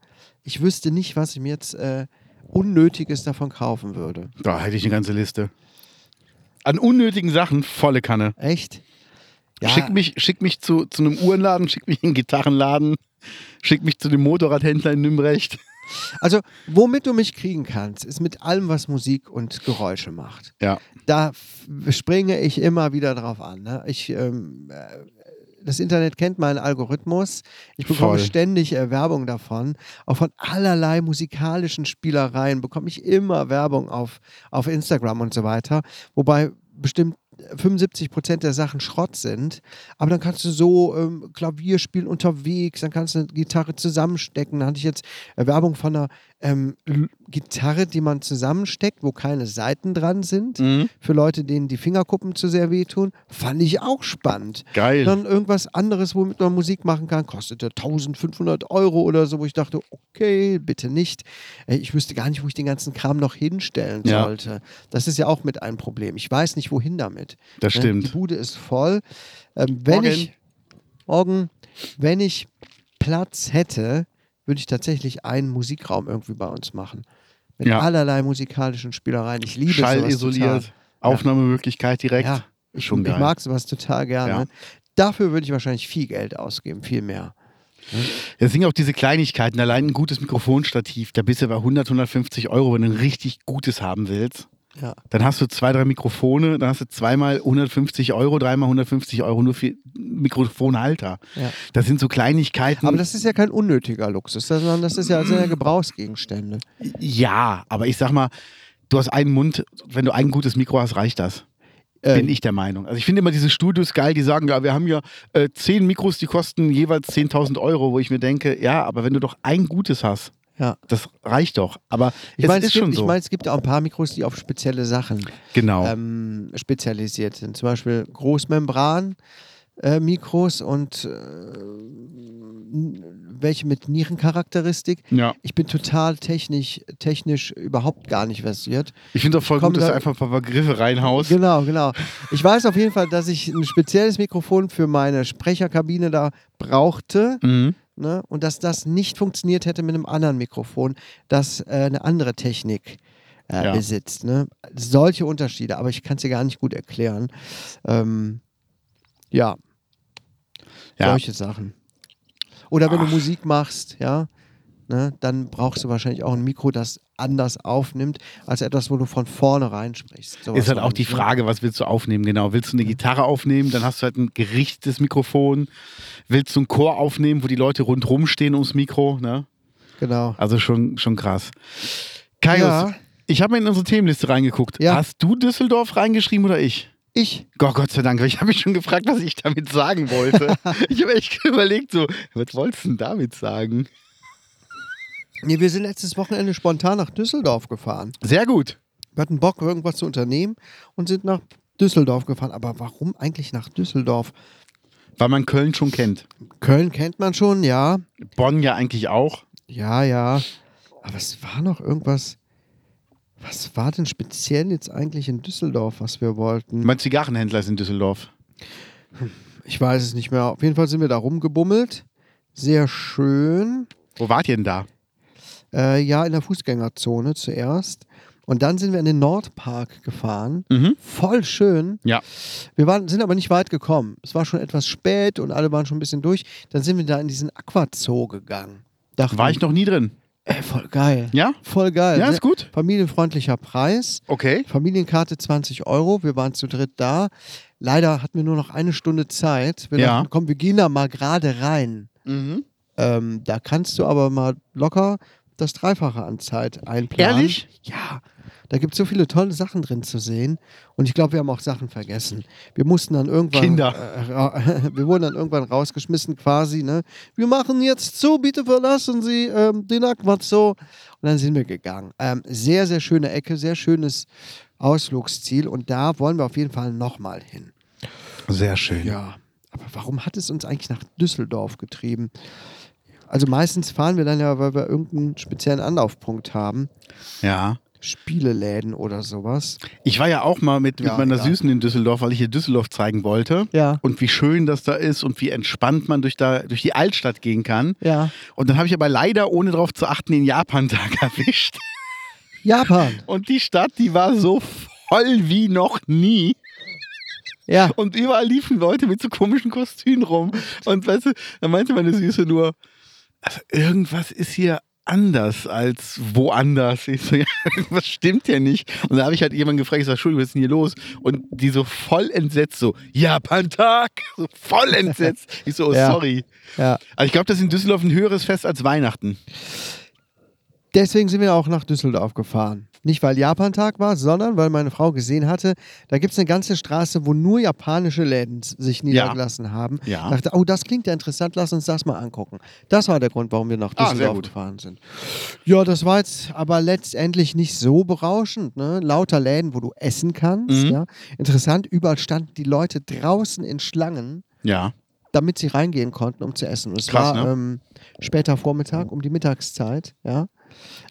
C: ich wüsste nicht, was ich mir jetzt äh, Unnötiges davon kaufen würde.
B: Da hätte ich eine ganze Liste. An unnötigen Sachen volle Kanne.
C: Echt?
B: Schick mich, schick mich zu, zu einem Uhrenladen, schick mich in einen Gitarrenladen, schick mich zu dem Motorradhändler in Nümbrecht.
C: Also, womit du mich kriegen kannst, ist mit allem, was Musik und Geräusche macht.
B: Ja.
C: Da f- springe ich immer wieder drauf an. Ne? Ich, ähm, äh, das Internet kennt meinen Algorithmus. Ich bekomme
B: Voll.
C: ständig äh, Werbung davon. Auch von allerlei musikalischen Spielereien bekomme ich immer Werbung auf, auf Instagram und so weiter. Wobei bestimmt 75 Prozent der Sachen Schrott sind. Aber dann kannst du so ähm, Klavier spielen unterwegs, dann kannst du eine Gitarre zusammenstecken. Da hatte ich jetzt äh, Werbung von einer ähm, L- Gitarre, die man zusammensteckt, wo keine Saiten dran sind.
B: Mhm.
C: Für Leute, denen die Fingerkuppen zu sehr wehtun. Fand ich auch spannend.
B: Geil.
C: Dann irgendwas anderes, womit man Musik machen kann, kostete 1500 Euro oder so, wo ich dachte, okay, bitte nicht. Äh, Ich wüsste gar nicht, wo ich den ganzen Kram noch hinstellen
B: Ja.
C: sollte. Das ist ja auch mit ein Problem. Ich weiß nicht, wohin damit.
B: Das
C: Ne?
B: stimmt.
C: Die Bude ist voll. Ähm, wenn
B: Morgen.
C: ich morgen, wenn ich Platz hätte, würde ich tatsächlich einen Musikraum irgendwie bei uns machen. Mit
B: Ja.
C: allerlei musikalischen Spielereien. Ich liebe sowas total.
B: Schallisoliert, Aufnahmemöglichkeit direkt.
C: Ja, ich,
B: Schon
C: ich
B: geil.
C: mag sowas total gerne.
B: Ja.
C: dafür würde ich wahrscheinlich viel Geld ausgeben, viel mehr.
B: Das sind ja auch diese Kleinigkeiten. Allein ein gutes Mikrofonstativ, da bist du bei 100, 150 Euro, wenn du ein richtig gutes haben willst.
C: Ja.
B: Dann hast du zwei, drei Mikrofone, dann hast du zweimal 150 Euro, dreimal 150 Euro nur für Mikrofonhalter.
C: Ja.
B: Das sind so Kleinigkeiten.
C: Aber das ist ja kein unnötiger Luxus, sondern das ist ja, das sind ja
B: Hm.
C: Gebrauchsgegenstände.
B: ja, aber ich sag mal, du hast einen Mund, wenn du ein gutes Mikro hast, reicht das.
C: Äh,
B: Bin ich der Meinung. Also ich finde immer diese Studios geil, die sagen, ja, wir haben ja äh, zehn Mikros, die kosten jeweils 10.000 Euro, wo ich mir denke, ja, aber wenn du doch ein gutes hast,
C: Ja.
B: das reicht doch. Aber
C: Ich
B: es
C: meine, es,
B: ist
C: gibt-
B: schon
C: ich
B: so.
C: meine, es gibt auch ein paar Mikros, die auf spezielle Sachen
B: genau.
C: ähm, spezialisiert sind. Zum Beispiel Großmembran-Mikros und äh, n- welche mit Nierencharakteristik.
B: ja.
C: Ich bin total technisch, technisch überhaupt gar nicht versiert.
B: Ich finde doch voll
C: Komm,
B: gut, dass
C: da-
B: du einfach ein paar Begriffe reinhaust.
C: Genau, genau. Ich weiß auf jeden Fall, dass ich ein spezielles Mikrofon für meine Sprecherkabine da brauchte
B: Mhm.
C: ne? und dass das nicht funktioniert hätte mit einem anderen Mikrofon, das äh, eine andere Technik äh,
B: Ja.
C: besitzt. Ne? Solche Unterschiede, aber ich kann es dir gar nicht gut erklären. Ähm, ja,
B: Ja.
C: solche Sachen. Oder wenn du Musik machst, ja, ne, dann brauchst du wahrscheinlich auch ein Mikro, das anders aufnimmt, als etwas, wo du von vornherein sprichst. Sowas
B: Ist halt auch
C: meine
B: die
C: ich, ne?
B: Frage, was willst du aufnehmen? Genau, willst du eine Gitarre aufnehmen, dann hast du halt ein gerichtetes Mikrofon. Willst du einen Chor aufnehmen, wo die Leute rundherum stehen ums Mikro? Ne?
C: Genau.
B: Also schon, schon krass. Kaius,
C: Ja.
B: ich habe mir in unsere Themenliste reingeguckt.
C: Ja.
B: Hast du Düsseldorf reingeschrieben oder ich?
C: Ich
B: Gott, Gott sei Dank, weil ich habe mich schon gefragt, was ich damit sagen wollte. ich habe echt überlegt, so, was wolltest du denn damit sagen?
C: Nee, wir sind letztes Wochenende spontan nach Düsseldorf gefahren.
B: Sehr gut.
C: Wir hatten Bock, irgendwas zu unternehmen und sind nach Düsseldorf gefahren. Aber warum eigentlich nach Düsseldorf?
B: Weil man Köln schon kennt.
C: Köln kennt man schon, ja.
B: Bonn ja eigentlich auch.
C: Ja, ja. Aber es war noch irgendwas. Was war denn speziell jetzt eigentlich in Düsseldorf, was wir wollten?
B: Mein Zigarrenhändler ist in Düsseldorf.
C: Ich weiß es nicht mehr. Auf jeden Fall sind wir da rumgebummelt. Sehr schön.
B: Wo wart ihr denn da?
C: Äh, ja, in der Fußgängerzone zuerst. Und dann sind wir in den Nordpark gefahren.
B: Mhm.
C: Voll schön.
B: Ja.
C: Wir waren, sind aber nicht weit gekommen. Es war schon etwas spät und alle waren schon ein bisschen durch. Dann sind wir da in diesen Aquazoo gegangen. Dachten,
B: War ich noch nie drin.
C: Ey, voll geil.
B: Ja?
C: Voll geil. ne?
B: Ja, ist gut.
C: Familienfreundlicher Preis.
B: Okay.
C: Familienkarte 20 Euro. Wir waren zu dritt da. Leider hatten wir nur noch eine Stunde Zeit. Wir
B: Ja.
C: dachten, komm, wir gehen da mal gerade rein.
B: Mhm.
C: Ähm, da kannst du aber mal locker das Dreifache an Zeit einplanen.
B: Ehrlich?
C: Ja. Da gibt es so viele tolle Sachen drin zu sehen. Und ich glaube, wir haben auch Sachen vergessen. Wir mussten dann irgendwann.
B: Kinder.
C: Äh, ra- wir wurden dann irgendwann rausgeschmissen, quasi. Ne? Wir machen jetzt zu, bitte verlassen Sie ähm, den Aquazoo. Und dann sind wir gegangen. Ähm, sehr, sehr schöne Ecke, sehr schönes Ausflugsziel. Und da wollen wir auf jeden Fall nochmal hin.
B: Sehr schön.
C: Ja, aber warum hat es uns eigentlich nach Düsseldorf getrieben? Also meistens fahren wir dann ja, weil wir irgendeinen speziellen Anlaufpunkt haben.
B: Ja.
C: Spieleläden oder sowas.
B: Ich war ja auch mal mit,
C: Ja,
B: mit meiner
C: egal.
B: Süßen in Düsseldorf, weil ich ihr Düsseldorf zeigen wollte.
C: Ja.
B: Und wie schön das da ist und wie entspannt man durch, da, durch die Altstadt gehen kann.
C: Ja.
B: Und dann habe ich aber leider, ohne darauf zu achten, den Japan-Tag erwischt.
C: Japan.
B: Und die Stadt, die war so voll wie noch nie.
C: Ja.
B: Und überall liefen Leute mit so komischen Kostümen rum. Und weißt du, da meinte meine Süße nur, also irgendwas ist hier anders als woanders. Ich so, ja, irgendwas stimmt hier nicht. Und da habe ich halt jemanden gefragt, ich sag, Entschuldigung, was ist denn hier los? Und die so voll entsetzt, so, Japan-Tag! So voll entsetzt. Ich so, oh,
C: Ja.
B: sorry.
C: Ja.
B: Also ich glaube, das ist in Düsseldorf ein höheres Fest als Weihnachten.
C: Deswegen sind wir auch nach Düsseldorf gefahren. Nicht, weil Japan-Tag war, sondern weil meine Frau gesehen hatte, da gibt es eine ganze Straße, wo nur japanische Läden s- sich niedergelassen haben.
B: Ja.
C: Dachte, oh, das klingt ja interessant, lass uns das mal angucken. Das war der Grund, warum wir nach
B: Ah, sehr
C: Düsseldorf
B: gut.
C: gefahren sind. Ja, das war jetzt aber letztendlich nicht so berauschend. Ne? Lauter Läden, wo du essen kannst.
B: Mhm.
C: Ja? Interessant, überall standen die Leute draußen in Schlangen
B: Ja.
C: damit sie reingehen konnten, um zu essen. Und es
B: Krass,
C: war
B: ne? Mhm.
C: ähm, später Vormittag, um die Mittagszeit, ja.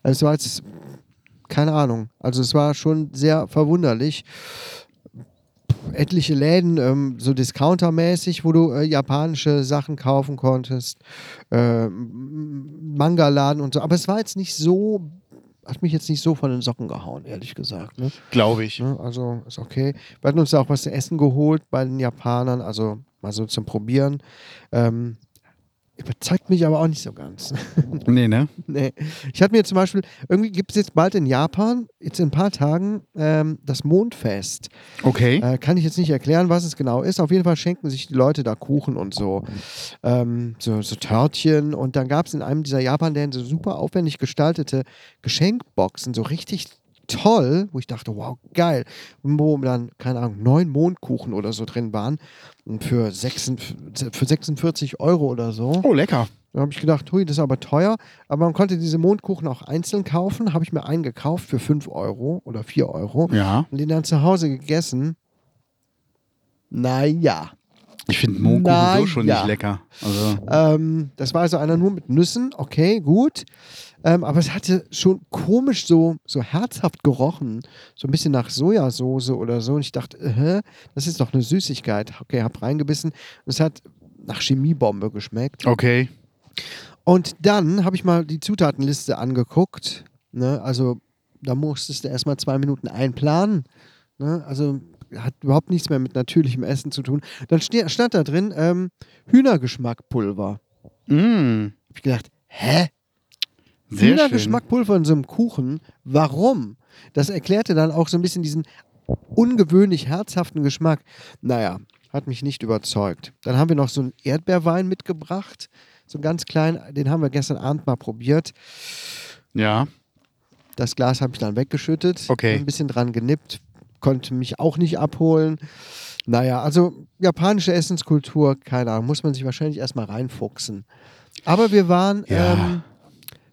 C: Also es war jetzt, keine Ahnung, also es war schon sehr verwunderlich. Etliche Läden, ähm, so Discounter-mäßig, wo du äh, japanische Sachen kaufen konntest, ähm, Manga-Laden und so. Aber es war jetzt nicht so, hat mich jetzt nicht so von den Socken gehauen, ehrlich gesagt. Ne?
B: Glaube ich.
C: Ne? Also ist okay. Wir hatten uns da auch was zu essen geholt bei den Japanern, also mal so zum Probieren. Ähm, überzeugt mich aber auch nicht so ganz.
B: Nee, ne?
C: nee. Ich hatte mir zum Beispiel, irgendwie gibt es jetzt bald in Japan, jetzt in ein paar Tagen, ähm, das Mondfest.
B: Okay.
C: Äh, kann ich jetzt nicht erklären, was es genau ist. Auf jeden Fall schenken sich die Leute da Kuchen und so. Ähm, so, so Törtchen. Und dann gab es in einem dieser Japan-Läden so super aufwendig gestaltete Geschenkboxen, so richtig toll, wo ich dachte, wow, geil. Wo dann, keine Ahnung, neun Mondkuchen oder so drin waren. Und für, 46, für 46 Euro oder so.
B: Oh, lecker.
C: Da habe ich gedacht, hui, das ist aber teuer. Aber man konnte diese Mondkuchen auch einzeln kaufen. Habe ich mir einen gekauft für 5 Euro oder 4 Euro
B: Ja.
C: und den dann zu Hause gegessen. Naja.
B: Ich finde Mohnkuchen
C: Na
B: so schon
C: ja.
B: nicht lecker. Also,
C: Ähm, das war also einer nur mit Nüssen. Okay, gut. Ähm, aber es hatte schon komisch so, so herzhaft gerochen. So ein bisschen nach Sojasauce oder so. Und ich dachte, äh, das ist doch eine Süßigkeit. Okay, hab reingebissen. Und es hat nach Chemiebombe geschmeckt.
B: okay.
C: Und dann habe ich mal die Zutatenliste angeguckt. Ne? Also da musstest du erstmal zwei Minuten einplanen. Ne? Also hat überhaupt nichts mehr mit natürlichem Essen zu tun. Dann ste- stand da drin ähm, Hühnergeschmackpulver.
B: Mm,
C: Hab ich gedacht, hä?
B: sehr schön.
C: Hühnergeschmackpulver in so einem Kuchen? Warum? Das erklärte dann auch so ein bisschen diesen ungewöhnlich herzhaften Geschmack. Naja, hat mich nicht überzeugt. Dann haben wir noch so einen Erdbeerwein mitgebracht. So einen ganz kleinen, den haben wir gestern Abend mal probiert.
B: Ja.
C: Das Glas habe ich dann weggeschüttet,
B: Okay.
C: ein bisschen dran genippt, konnte mich auch nicht abholen. Naja, also japanische Essenskultur, keine Ahnung, muss man sich wahrscheinlich erstmal reinfuchsen. Aber wir waren,
B: Ja.
C: ähm,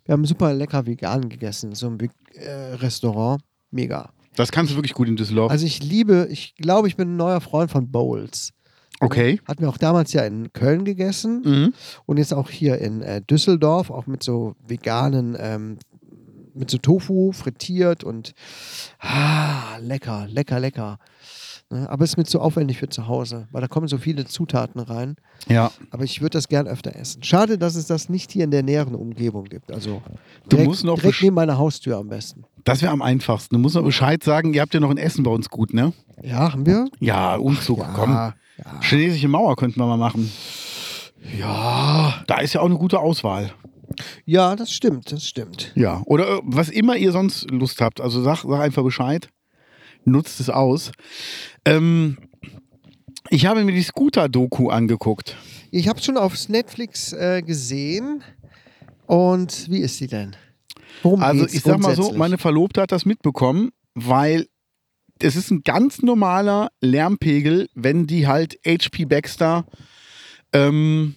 C: wir haben super lecker vegan gegessen, in so einem Ve- äh, Restaurant. Mega.
B: Das kannst du wirklich gut in Düsseldorf.
C: Also ich liebe, ich glaube, ich bin ein neuer Freund von Bowls.
B: okay.
C: Hatten wir auch damals ja in Köln gegessen
B: Mhm.
C: und jetzt auch hier in äh, Düsseldorf, auch mit so veganen, ähm, mit so Tofu frittiert und ah, lecker, lecker, lecker. Ne? Aber es ist mir zu aufwendig für zu Hause, weil da kommen so viele Zutaten rein.
B: Ja.
C: Aber ich würde das gern öfter essen. Schade, dass es das nicht hier in der näheren Umgebung gibt. Also
B: Du
C: direkt,
B: musst noch
C: direkt
B: besch-
C: neben meiner Haustür am besten.
B: Das wäre am einfachsten. Du musst noch Bescheid sagen, ihr habt ja noch ein Essen bei uns gut, ne?
C: Ja, haben wir?
B: Ja, Umzug, komm.
C: Ja, ja.
B: Chinesische Mauer könnten wir mal machen.
C: ja.
B: Da ist ja auch eine gute Auswahl.
C: Ja, das stimmt, das stimmt.
B: Ja. Oder äh, was immer ihr sonst Lust habt. Also sag, sag einfach Bescheid. Nutzt es aus. Ähm, ich habe mir die Scooter-Doku angeguckt.
C: Ich habe schon auf Netflix äh, gesehen. Und wie ist sie denn? Worum
B: Also
C: geht's
B: ich sag mal so,
C: grundsätzlich?
B: meine Verlobte hat das mitbekommen, weil es ist ein ganz normaler Lärmpegel, wenn die halt HP Baxter ähm,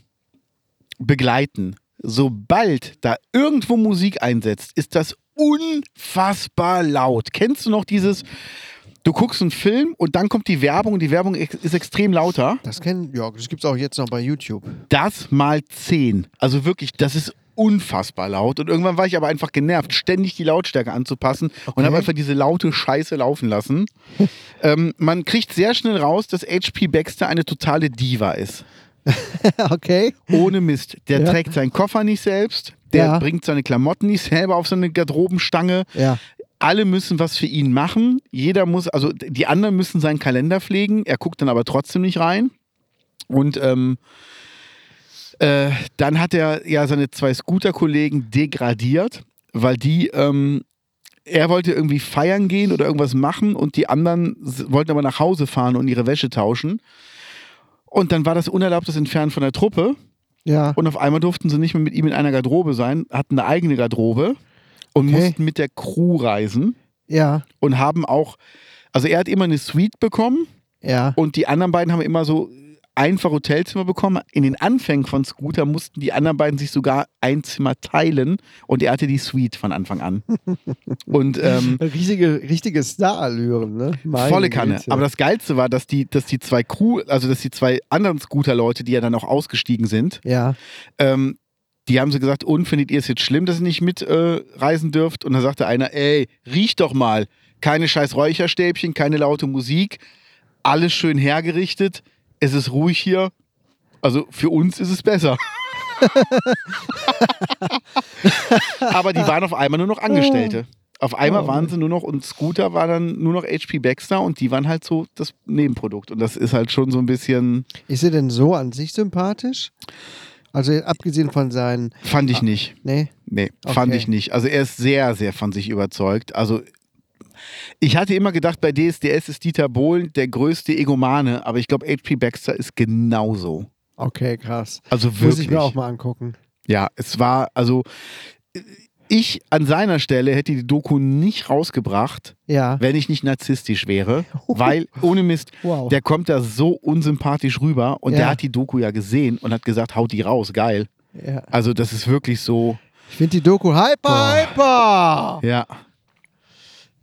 B: begleiten. Sobald da irgendwo Musik einsetzt, ist das unfassbar laut. Kennst du noch dieses, du guckst einen Film und dann kommt die Werbung und die Werbung ex- ist extrem lauter?
C: Das kennen, ja, das gibt's auch jetzt noch bei YouTube.
B: das mal 10. Also wirklich, das ist unfassbar laut. Und irgendwann war ich aber einfach genervt, ständig die Lautstärke anzupassen und habe einfach diese laute Scheiße laufen lassen. ähm, man kriegt sehr schnell raus, dass HP Baxter eine totale Diva ist.
C: okay.
B: Ohne Mist. Der
C: Ja.
B: trägt seinen Koffer nicht selbst. Der
C: Ja.
B: bringt seine Klamotten nicht selber auf seine Garderobenstange.
C: Ja.
B: Alle müssen was für ihn machen. Jeder muss, also die anderen müssen seinen Kalender pflegen. Er guckt dann aber trotzdem nicht rein. Und ähm, äh, dann hat er ja seine zwei Scooter-Kollegen degradiert, weil die, ähm, er wollte irgendwie feiern gehen oder irgendwas machen und die anderen s- wollten aber nach Hause fahren und ihre Wäsche tauschen. Und dann war das unerlaubtes Entfernen von der Truppe.
C: Ja.
B: Und auf einmal durften sie nicht mehr mit ihm in einer Garderobe sein, hatten eine eigene Garderobe und
C: Okay.
B: mussten mit der Crew reisen
C: ja.
B: und haben auch, also er hat immer eine Suite bekommen
C: Ja.
B: und die anderen beiden haben immer so einfach Hotelzimmer bekommen. In den Anfängen von Scooter mussten die anderen beiden sich sogar ein Zimmer teilen und er hatte die Suite von Anfang an. und ähm,
C: Riesige, richtige Star-Allüren, ne? Meine
B: volle Kanne.
C: Güte.
B: Aber das Geilste war, dass die, dass die zwei Crew, also dass die zwei anderen Scooter-Leute, die ja dann auch ausgestiegen sind,
C: ja.
B: ähm, die haben so gesagt, und findet ihr es jetzt schlimm, dass ihr nicht mitreisen äh, reisen dürft? Und dann sagte einer, ey, riech doch mal. Keine scheiß Räucherstäbchen, keine laute Musik, alles schön hergerichtet, es ist ruhig hier. Also für uns ist es besser. Aber die waren auf einmal nur noch Angestellte. Auf einmal
C: Oh.
B: waren sie nur noch und Scooter war dann nur noch HP Baxter und die waren halt so das Nebenprodukt. Und das ist halt schon so ein bisschen,
C: Ist er denn so an sich sympathisch? Also abgesehen von seinen. ne?
B: fand ich nicht.
C: Nee.
B: Nee, fand
C: Okay.
B: ich nicht. Also er ist sehr, sehr von sich überzeugt. Also ich hatte immer gedacht, bei DSDS ist Dieter Bohlen der größte Egomane, aber ich glaube, HP Baxter ist genauso.
C: Okay, krass.
B: Also wirklich.
C: Muss ich mir auch mal angucken.
B: Ja, es war, also ich an seiner Stelle hätte die Doku nicht rausgebracht,
C: Ja.
B: wenn ich nicht narzisstisch wäre, weil ohne Mist,
C: Wow.
B: der kommt da so unsympathisch rüber und
C: Ja.
B: der hat die Doku ja gesehen und hat gesagt, haut die raus, geil.
C: ja.
B: Also das ist wirklich so,
C: Ich finde die Doku hyper, hyper.
B: ja.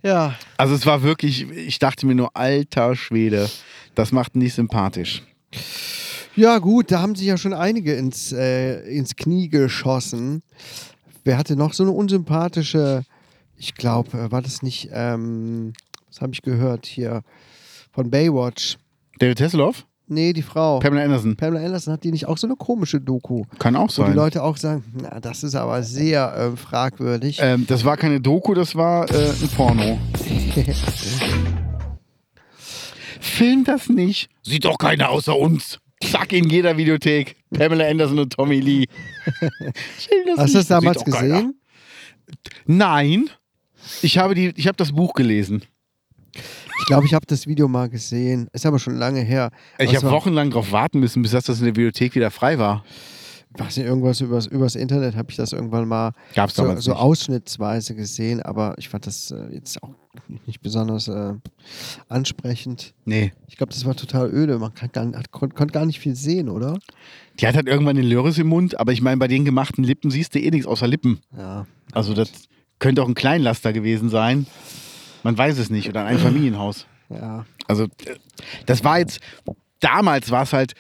C: Ja.
B: Also es war wirklich, ich dachte mir nur, alter Schwede, das macht nicht sympathisch.
C: Ja, gut, da haben sich ja schon einige ins, äh, ins Knie geschossen. Wer hatte noch so eine unsympathische, ich glaube, war das nicht, ähm, was habe ich gehört hier, von Baywatch?
B: David Hasselhoff,
C: Nee, die Frau.
B: Pamela Anderson,
C: Pamela Anderson hat die nicht auch so eine komische Doku,
B: kann auch
C: wo die
B: sein.
C: Leute auch sagen, na, das ist aber sehr äh, fragwürdig.
B: Ähm, das war keine Doku, das war äh, ein Porno. Film das nicht. Sieht doch keiner außer uns. Zack, in jeder Videothek. Pamela Anderson und Tommy Lee. Film das
C: Hast du das
B: nicht. Sieht
C: damals
B: doch keiner.
C: gesehen?
B: Nein. Ich habe, die, ich habe das Buch gelesen.
C: Ich glaube, ich habe das Video mal gesehen. Ist aber schon lange her.
B: Ich
C: Aber es
B: habe
C: war-
B: wochenlang darauf warten müssen, bis das in der Bibliothek wieder frei war.
C: weiß nicht, irgendwas übers, übers Internet habe ich das irgendwann mal
B: Gab's
C: so,
B: damals
C: so
B: nicht.
C: ausschnittsweise gesehen, aber ich fand das äh, jetzt auch nicht besonders äh, ansprechend.
B: Nee.
C: Ich glaube, das war total öde. Man kann gar, hat, kon, konnte gar nicht viel sehen, oder?
B: Die hat halt irgendwann den Lörres im Mund, aber ich meine, bei den gemachten Lippen siehst du eh nichts außer Lippen.
C: Ja.
B: Also das könnte auch ein Kleinlaster gewesen sein. Man weiß es nicht. Oder ein Einfamilienhaus.
C: Ja.
B: Also äh, das war jetzt, damals war es halt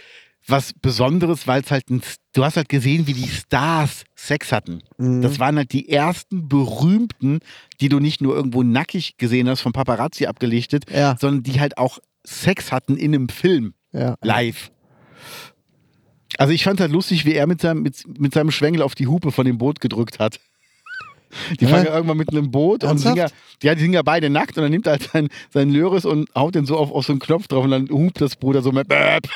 B: was Besonderes, weil es halt, ein, S- du hast halt gesehen, wie die Stars Sex hatten. Das waren halt die ersten berühmten, die du nicht nur irgendwo nackig gesehen hast, von Paparazzi abgelichtet,
C: Ja.
B: sondern die halt auch Sex hatten in einem Film
C: ja.
B: live. Also ich fand halt lustig, wie er mit seinem, mit, mit seinem Schwengel auf die Hupe von dem Boot gedrückt hat. Die
C: Hä?
B: fangen ja irgendwann mit einem Boot und sind
C: Ernsthaft?
B: ja, ja, die sind ja beide nackt und dann nimmt er halt sein, sein Löris und haut den so auf, auf so einen Knopf drauf und dann hupt das Bruder so mit. Bäp.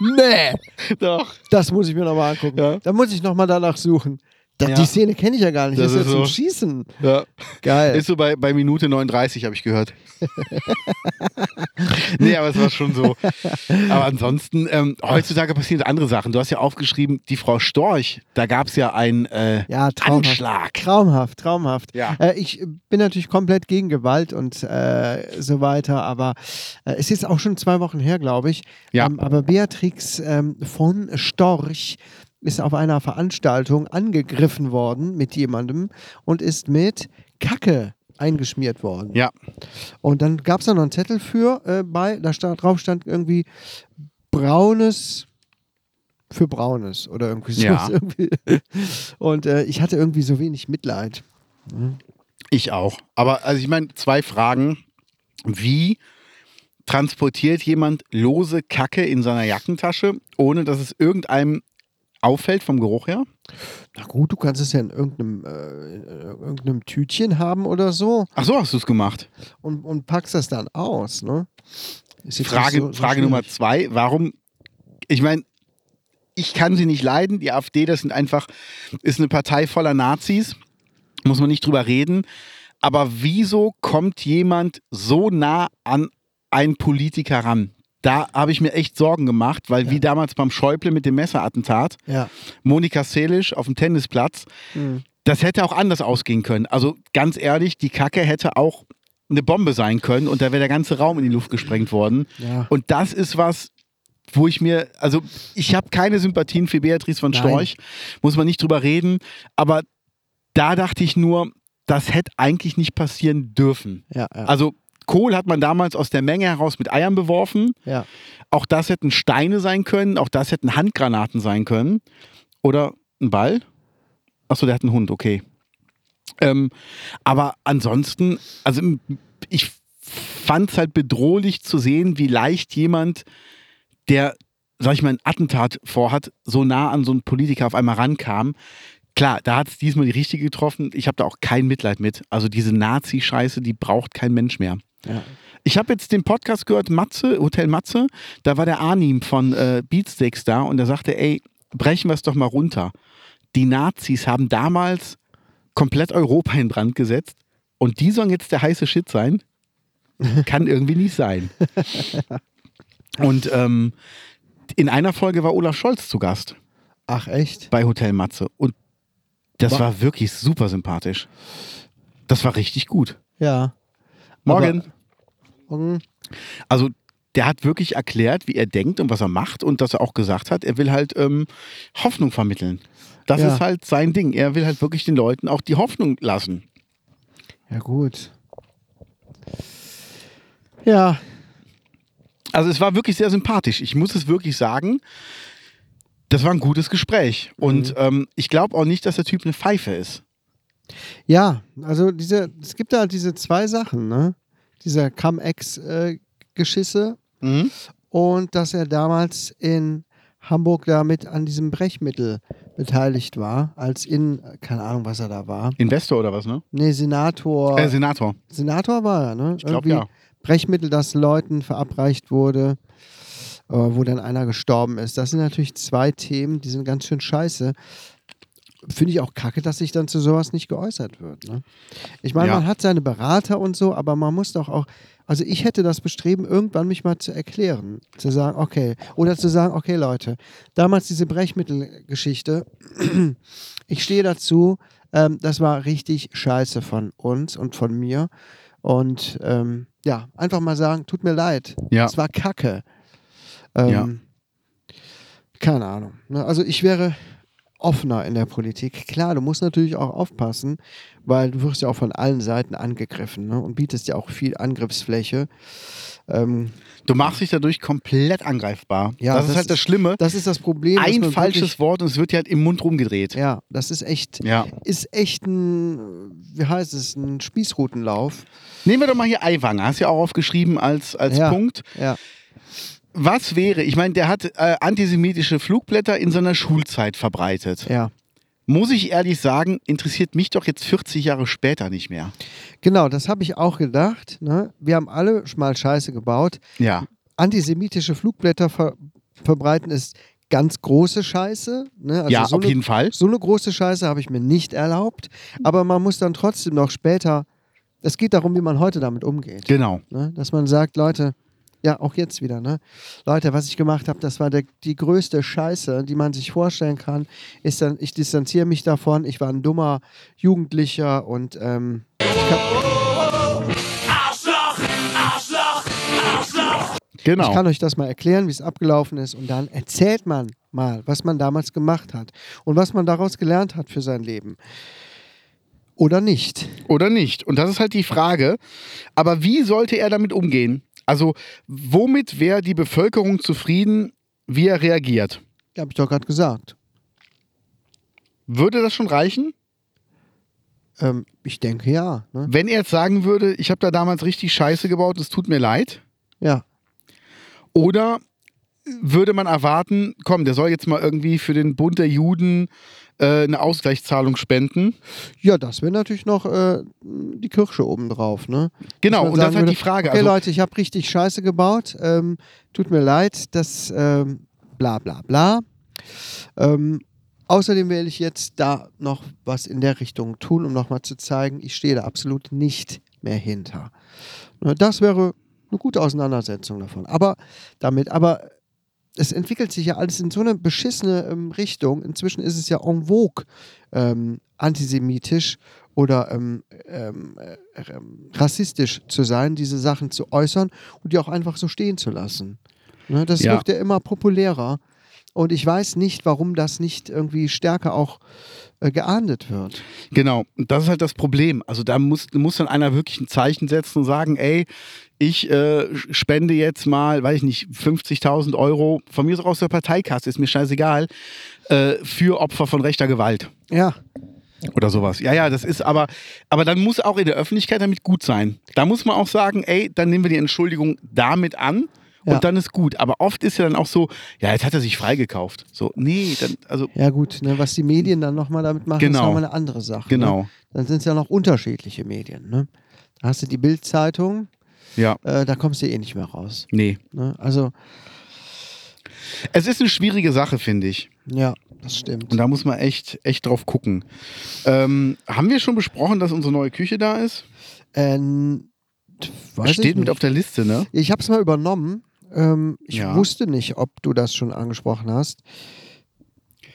C: Nee,
B: Doch.
C: das muss ich mir nochmal angucken.
B: Ja.
C: Da muss ich nochmal danach suchen. Da,
B: Ja.
C: Die Szene kenne ich ja gar nicht.
B: Das
C: Das, ist
B: ist
C: ja zum
B: so.
C: Schießen.
B: Ja.
C: Geil.
B: Ist so bei, bei Minute 39, habe ich gehört. nee, aber es war schon so. Aber ansonsten, ähm, heutzutage passieren andere Sachen. Du hast ja aufgeschrieben, die Frau Storch, da gab es ja einen äh,
C: ja, traumhaft.
B: Anschlag.
C: Traumhaft, traumhaft.
B: Ja.
C: Äh, ich bin natürlich komplett gegen Gewalt und äh, so weiter, aber äh, es ist auch schon zwei Wochen her, glaube ich.
B: Ja.
C: Ähm, aber Beatrix ähm, von Storch ist auf einer Veranstaltung angegriffen worden mit jemandem und ist mit Kacke eingeschmiert worden.
B: Ja.
C: Und dann gab es da noch einen Zettel für äh, bei, da stand, drauf stand irgendwie braunes für braunes oder irgendwie so.
B: Ja.
C: Irgendwie. Und äh, ich hatte irgendwie so wenig Mitleid.
B: Ich auch. Aber also ich meine, zwei Fragen. Wie transportiert jemand lose Kacke in seiner Jackentasche, ohne dass es irgendeinem auffällt vom Geruch her?
C: Na gut, du kannst es ja in irgendeinem, äh, in irgendeinem Tütchen haben oder so
B: Ach so, hast du es gemacht.
C: und, und packst das dann aus. Ne? Ist jetzt
B: Frage,
C: nicht so- so
B: Frage Nummer
C: schwierig.
B: zwei. Warum? Ich meine, ich kann sie nicht leiden. Die AfD, das sind einfach, ist eine Partei voller Nazis. Muss man nicht drüber reden. Aber wieso kommt jemand so nah an einen Politiker ran? Da habe ich mir echt Sorgen gemacht, weil wie damals beim Schäuble mit dem Messerattentat,
C: Ja.
B: Monika Seelisch auf dem Tennisplatz,
C: Mhm.
B: das hätte auch anders ausgehen können. Also ganz ehrlich, die Kacke hätte auch eine Bombe sein können und da wäre der ganze Raum in die Luft gesprengt worden.
C: Ja.
B: Und das ist was, wo ich mir, also ich habe keine Sympathien für Beatrice von
C: Nein.
B: Storch, muss man nicht drüber reden, aber da dachte ich nur, das hätte eigentlich nicht passieren dürfen.
C: Ja, ja,
B: Also Kohl hat man damals aus der Menge heraus mit Eiern beworfen.
C: ja.
B: Auch das hätten Steine sein können, auch das hätten Handgranaten sein können. Oder ein Ball. Achso, der hat einen Hund, okay. Ähm, aber ansonsten, also m- ich fand es halt bedrohlich zu sehen, wie leicht jemand, der, sag ich mal, ein Attentat vorhat, so nah an so einen Politiker auf einmal rankam. Klar, da hat es diesmal die richtige getroffen. Ich habe da auch kein Mitleid mit. Also diese Nazi-Scheiße, die braucht kein Mensch mehr.
C: Ja.
B: Ich habe jetzt den Podcast gehört, Matze, Hotel Matze, da war der Arnim von äh, Beatsteaks da und der sagte, ey, brechen wir es doch mal runter. Die Nazis haben damals komplett Europa in Brand gesetzt und die sollen jetzt der heiße Shit sein? Kann irgendwie nicht sein. Und ähm, in einer Folge war Olaf Scholz zu Gast
C: Ach, echt?
B: bei Hotel Matze und das
C: Wa-
B: war wirklich super sympathisch. Das war richtig gut.
C: Ja.
B: Morgen.
C: Morgen.
B: Also der hat wirklich erklärt, wie er denkt und was er macht und dass er auch gesagt hat, er will halt ähm, Hoffnung vermitteln. Das
C: Ja.
B: ist halt sein Ding. Er will halt wirklich den Leuten auch die Hoffnung lassen.
C: Ja, gut. Ja,
B: Also es war wirklich sehr sympathisch. Ich muss es wirklich sagen. Das war ein gutes Gespräch.
C: Mhm.
B: Und ähm, ich glaube auch nicht, dass der Typ eine Pfeife ist.
C: ja, also diese, es gibt da diese zwei Sachen, ne? Dieser äh, Cum-Ex-Geschisse
B: Mhm.
C: und dass er damals in Hamburg damit an diesem Brechmittel beteiligt war, als in, keine Ahnung, was er da war.
B: Investor oder was, ne?
C: Nee, Senator.
B: Äh, Senator.
C: Senator war er, ne?
B: Ich glaub,
C: Irgendwie
B: ja.
C: Brechmittel, das Leuten verabreicht wurde, äh, wo dann einer gestorben ist. Das sind natürlich zwei Themen, die sind ganz schön scheiße. Finde ich auch kacke, dass sich dann zu sowas nicht geäußert wird. Ne? Ich meine,
B: Ja.
C: man hat seine Berater und so, aber man muss doch auch, also ich hätte das Bestreben, irgendwann mich mal zu erklären, zu sagen, okay, oder zu sagen, okay Leute, damals diese Brechmittelgeschichte, ich stehe dazu, ähm, das war richtig scheiße von uns und von mir. Und ähm, ja, einfach mal sagen, tut mir leid,
B: Ja.
C: es war kacke. Ähm,
B: Ja.
C: Keine Ahnung. Ne, Also ich wäre offener in der Politik. Klar, du musst natürlich auch aufpassen, weil du wirst ja auch von allen Seiten angegriffen ne? und bietest ja auch viel Angriffsfläche. Ähm,
B: Du machst dich dadurch komplett angreifbar.
C: Ja,
B: das,
C: das
B: ist halt das
C: ist-
B: Schlimme.
C: das ist das Problem. dass
B: Ein
C: man
B: falsches
C: wirklich-
B: Wort und es wird dir halt im Mund rumgedreht.
C: Ja, das ist echt,
B: Ja.
C: ist echt ein, wie heißt es, ein Spießrutenlauf.
B: Nehmen wir doch mal hier Aiwanger. Hast du ja auch aufgeschrieben als, als
C: Ja.
B: Punkt.
C: Ja.
B: Was wäre, ich meine, der hat äh, antisemitische Flugblätter in seiner Schulzeit verbreitet.
C: Ja,
B: Muss ich ehrlich sagen, interessiert mich doch jetzt 40 Jahre später nicht mehr.
C: genau, das habe ich auch gedacht. Ne? Wir haben alle schon mal Scheiße gebaut.
B: Ja.
C: Antisemitische Flugblätter ver verbreiten ist ganz große Scheiße. Ne? Also
B: ja,
C: so
B: auf
C: eine,
B: jeden Fall.
C: so eine große Scheiße habe ich mir nicht erlaubt. Aber man muss dann trotzdem noch später, es geht darum, wie man heute damit umgeht.
B: Genau.
C: Ne? Dass man sagt, Leute, ja, auch jetzt wieder, ne? Leute, was ich gemacht habe, das war der, die größte Scheiße, die man sich vorstellen kann. Ist dann, ich distanziere mich davon, ich war ein dummer Jugendlicher und ähm,
B: Genau.
C: Ich kann euch das mal erklären, wie es abgelaufen ist. Und dann erzählt man mal, was man damals gemacht hat und was man daraus gelernt hat für sein Leben. Oder nicht.
B: Oder nicht? Und das ist halt die Frage. Aber wie sollte er damit umgehen? Also, womit wäre die Bevölkerung zufrieden, wie er reagiert?
C: Habe ich doch gerade gesagt.
B: Würde das schon reichen?
C: Ähm, ich denke ja. Ne?
B: Wenn er jetzt sagen würde, ich habe da damals richtig Scheiße gebaut, es tut mir leid.
C: Ja.
B: Oder würde man erwarten, komm, der soll jetzt mal irgendwie für den Bund der Juden äh, eine Ausgleichszahlung spenden?
C: ja, das wäre natürlich noch äh, die Kirsche obendrauf. Ne?
B: Genau,
C: Dass man
B: und das ist
C: sagen
B: halt
C: würde,
B: die Frage.
C: Okay,
B: Also,
C: Leute, ich habe richtig Scheiße gebaut. Ähm, tut mir leid, das ähm, bla bla bla. Ähm, außerdem werde ich jetzt da noch was in der Richtung tun, um nochmal zu zeigen, ich stehe da absolut nicht mehr hinter. Ne, Das wäre eine gute Auseinandersetzung davon. Aber damit, aber es entwickelt sich ja alles in so eine beschissene ähm, Richtung. Inzwischen ist es ja en vogue ähm, antisemitisch oder ähm, ähm, äh, ähm, rassistisch zu sein, diese Sachen zu äußern und die auch einfach so stehen zu lassen. Ne, das
B: Ja.
C: wird ja immer populärer. Und ich weiß nicht, warum das nicht irgendwie stärker auch äh, geahndet wird.
B: Genau, und das ist halt das Problem. Also da muss, muss dann einer wirklich ein Zeichen setzen und sagen, ey, ich äh, spende jetzt mal, weiß ich nicht, 50.000 Euro, von mir ist auch aus der Parteikasse, ist mir scheißegal, äh, für Opfer von rechter Gewalt
C: Ja,
B: oder sowas. Ja, ja, das ist aber, aber dann muss auch in der Öffentlichkeit damit gut sein. Da muss man auch sagen, ey, dann nehmen wir die Entschuldigung damit an
C: Ja.
B: und dann ist gut. Aber oft ist ja dann auch so, ja, jetzt hat er sich freigekauft. So, nee, dann, also
C: Ja, gut, ne, was die Medien dann nochmal damit machen, ist
B: Genau.
C: nochmal eine andere Sache. Ne?
B: genau.
C: Dann sind es ja noch unterschiedliche Medien. Ne? Da hast du die Bild-Zeitung,
B: Ja,
C: äh, da kommst du eh nicht mehr raus.
B: nee.
C: Ne? Also,
B: Es ist eine schwierige Sache, finde ich.
C: ja, das stimmt.
B: Und da muss man echt, echt drauf gucken. Ähm, haben wir schon besprochen, dass unsere neue Küche da ist?
C: Ähm, t- weiß ich
B: Steht mit
C: nicht.
B: auf der Liste, ne?
C: Ich habe es mal übernommen. Ähm, ich
B: Ja.
C: wusste nicht, ob du das schon angesprochen hast.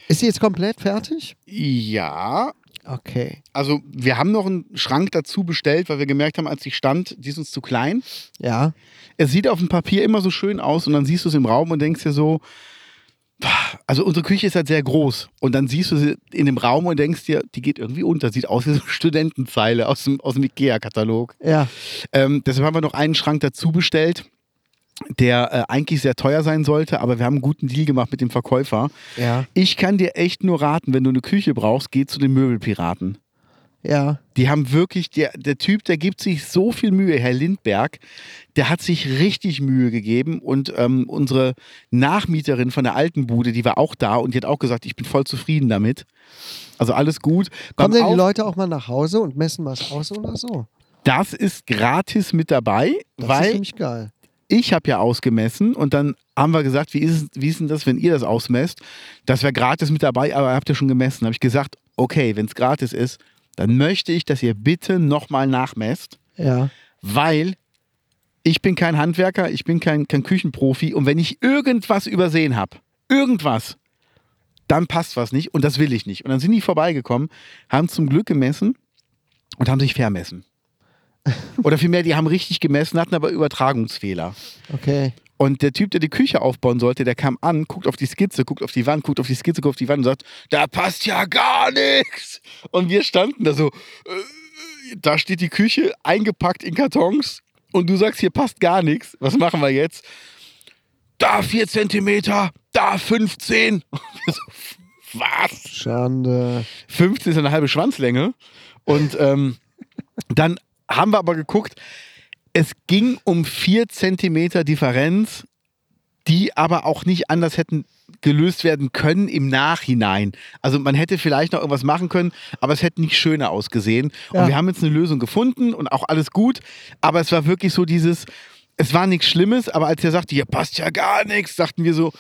C: Ist sie jetzt komplett fertig?
B: Ja,
C: Okay.
B: Also, wir haben noch einen Schrank dazu bestellt, weil wir gemerkt haben, als die stand, die ist uns zu klein.
C: Ja.
B: Es sieht auf dem Papier immer so schön aus und dann siehst du es im Raum und denkst dir so, "Pah." also unsere Küche ist halt sehr groß und dann siehst du sie in dem Raum und denkst dir, die geht irgendwie unter, sieht aus wie so eine Studentenzeile aus dem, aus dem Ikea-Katalog.
C: Ja.
B: Ähm, deshalb haben wir noch einen Schrank dazu bestellt, der äh, eigentlich sehr teuer sein sollte, aber wir haben einen guten Deal gemacht mit dem Verkäufer.
C: Ja.
B: Ich kann dir echt nur raten, wenn du eine Küche brauchst, geh zu den Möbelpiraten.
C: Ja.
B: Die haben wirklich, der, der Typ, der gibt sich so viel Mühe, Herr Lindberg, der hat sich richtig Mühe gegeben und ähm, unsere Nachmieterin von der alten Bude, die war auch da und die hat auch gesagt, ich bin voll zufrieden damit. Also alles gut. Beim
C: Kommen denn die
B: Auf-
C: Leute auch mal nach Hause und messen was aus oder so?
B: das ist gratis mit dabei,
C: Das ist
B: weil
C: nämlich geil.
B: ich habe ja ausgemessen und dann haben wir gesagt, wie ist, es- wie ist denn das, wenn ihr das ausmesst? Das wäre gratis mit dabei, aber habt ihr schon gemessen. Habe ich gesagt, okay, wenn es gratis ist, dann möchte ich, dass ihr bitte nochmal nachmesst.
C: Ja.
B: weil ich bin kein Handwerker, ich bin kein, kein Küchenprofi und wenn ich irgendwas übersehen habe, irgendwas, dann passt was nicht und das will ich nicht. Und dann sind die vorbeigekommen, haben zum Glück gemessen und haben sich vermessen. Oder vielmehr, die haben richtig gemessen, hatten aber Übertragungsfehler.
C: Okay.
B: Und der Typ, der die Küche aufbauen sollte, der kam an, guckt auf die Skizze, guckt auf die Wand, guckt auf die Skizze, guckt auf die Wand und sagt, da passt ja gar nichts. Und wir standen da so, äh, da steht die Küche eingepackt in Kartons und du sagst, hier passt gar nichts. Was machen wir jetzt? Da 4 Zentimeter, da 15. Und wir so, was?
C: Schande.
B: 15 ist eine halbe Schwanzlänge. Und ähm, dann haben wir aber geguckt, es ging um 4 Zentimeter Differenz, die aber auch nicht anders hätten gelöst werden können im Nachhinein. Also man hätte vielleicht noch irgendwas machen können, aber es hätte nicht schöner ausgesehen.
C: Ja.
B: Und wir haben jetzt eine Lösung gefunden und auch alles gut, aber es war wirklich so dieses, es war nichts Schlimmes, aber als er sagte, hier passt ja gar nichts, dachten wir so,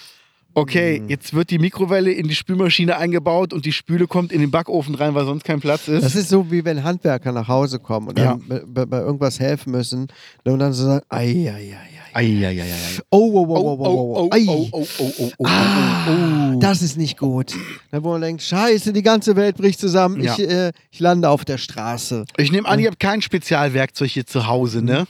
B: okay, jetzt wird die Mikrowelle in die Spülmaschine eingebaut und die Spüle kommt in den Backofen rein, weil sonst kein Platz ist.
C: Das ist so, wie wenn Handwerker nach Hause kommen und dann bei- bei, bei irgendwas helfen müssen ne, und dann so sagen, ei, ei, ei, ei.
B: Eieieiei.
C: Oh, wow, wow,
B: Oh, oh,
C: wow, wow, wow.
B: oh,
C: Ei.
B: oh, oh, oh, oh, oh,
C: Ah,
B: oh, oh.
C: das ist nicht gut. Da wo man denkt, scheiße, die ganze Welt bricht zusammen.
B: Ja.
C: Ich, äh, ich lande auf der Straße.
B: Ich nehme an, ihr habt kein Spezialwerkzeug hier zu Hause, ne?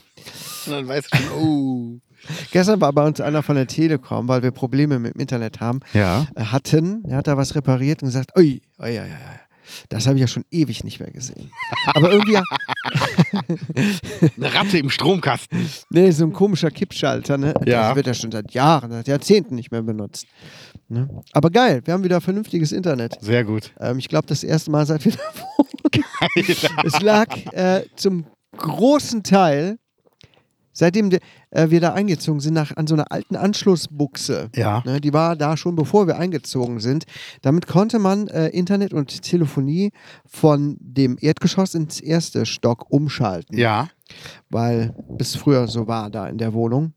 B: Und Dann weißt du schon, oh.
C: Gestern war bei uns einer von der Telekom, weil wir Probleme mit dem Internet haben,
B: oh. Ja.
C: äh, hatten. Er hat da was repariert und gesagt, ui, ui, ui, ui. Das habe ich ja schon ewig nicht mehr gesehen. Aber irgendwie,
B: Eine Ratte im Stromkasten.
C: nee, so ein komischer Kippschalter, ne? Das
B: Ja.
C: wird ja schon seit Jahren, seit Jahrzehnten nicht mehr benutzt. Ne? Aber geil, wir haben wieder vernünftiges Internet.
B: Sehr gut.
C: Ähm, ich glaube, das erste Mal seit wir davor. es lag äh, zum großen Teil, seitdem wir, äh, wir da eingezogen sind, nach, an so einer alten Anschlussbuchse.
B: Ja.
C: Ne, die war da schon, bevor wir eingezogen sind. Damit konnte man äh, Internet und Telefonie von dem Erdgeschoss ins erste Stock umschalten,
B: Ja.
C: weil bis früher so war da in der Wohnung.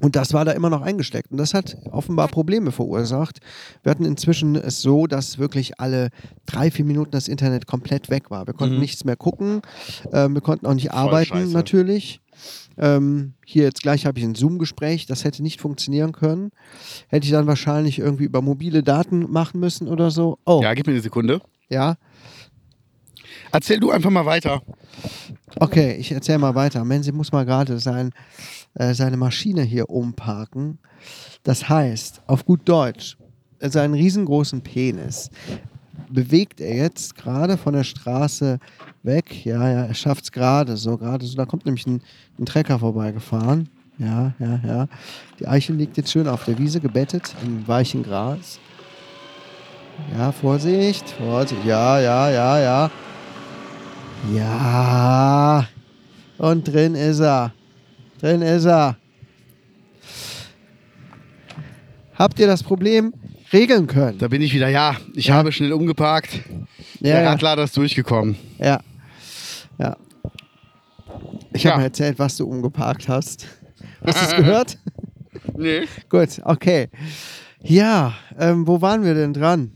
C: Und das war da immer noch eingesteckt. Und das hat offenbar Probleme verursacht. Wir hatten inzwischen es so, dass wirklich alle drei, vier Minuten das Internet komplett weg war. Wir konnten
B: Mhm.
C: nichts mehr gucken. Ähm, wir konnten auch nicht arbeiten,
B: scheiße.
C: natürlich. Ähm, hier jetzt gleich habe ich ein Zoom-Gespräch. Das hätte nicht funktionieren können. Hätte ich dann wahrscheinlich irgendwie über mobile Daten machen müssen oder so. Oh, ja.
B: Ja, gib mir eine Sekunde. Erzähl du einfach mal weiter.
C: Okay, ich erzähle mal weiter. Menzi muss mal gerade sein, äh, seine Maschine hier umparken. Das heißt, auf gut Deutsch, äh, seinen riesengroßen Penis bewegt er jetzt gerade von der Straße weg. Ja, ja, er schafft es gerade so, gerade so. Da kommt nämlich ein, ein Trecker vorbeigefahren. Ja, ja, ja. Die Eiche liegt jetzt schön auf der Wiese, gebettet im weichen Gras. Ja, Vorsicht, Vorsicht. Ja, ja, ja, ja. Ja. Und drin ist er. Drin ist er. habt ihr das Problem regeln können.
B: Da bin ich wieder, ja, ich habe schnell umgeparkt.
C: Ja,
B: Der
C: ja.
B: Radlader ist durchgekommen.
C: Ja. ja. Ich
B: Ja.
C: habe mir erzählt, was du umgeparkt hast. Hast du es gehört?
B: Nee.
C: Gut, okay. Ja, ähm, wo waren wir denn dran?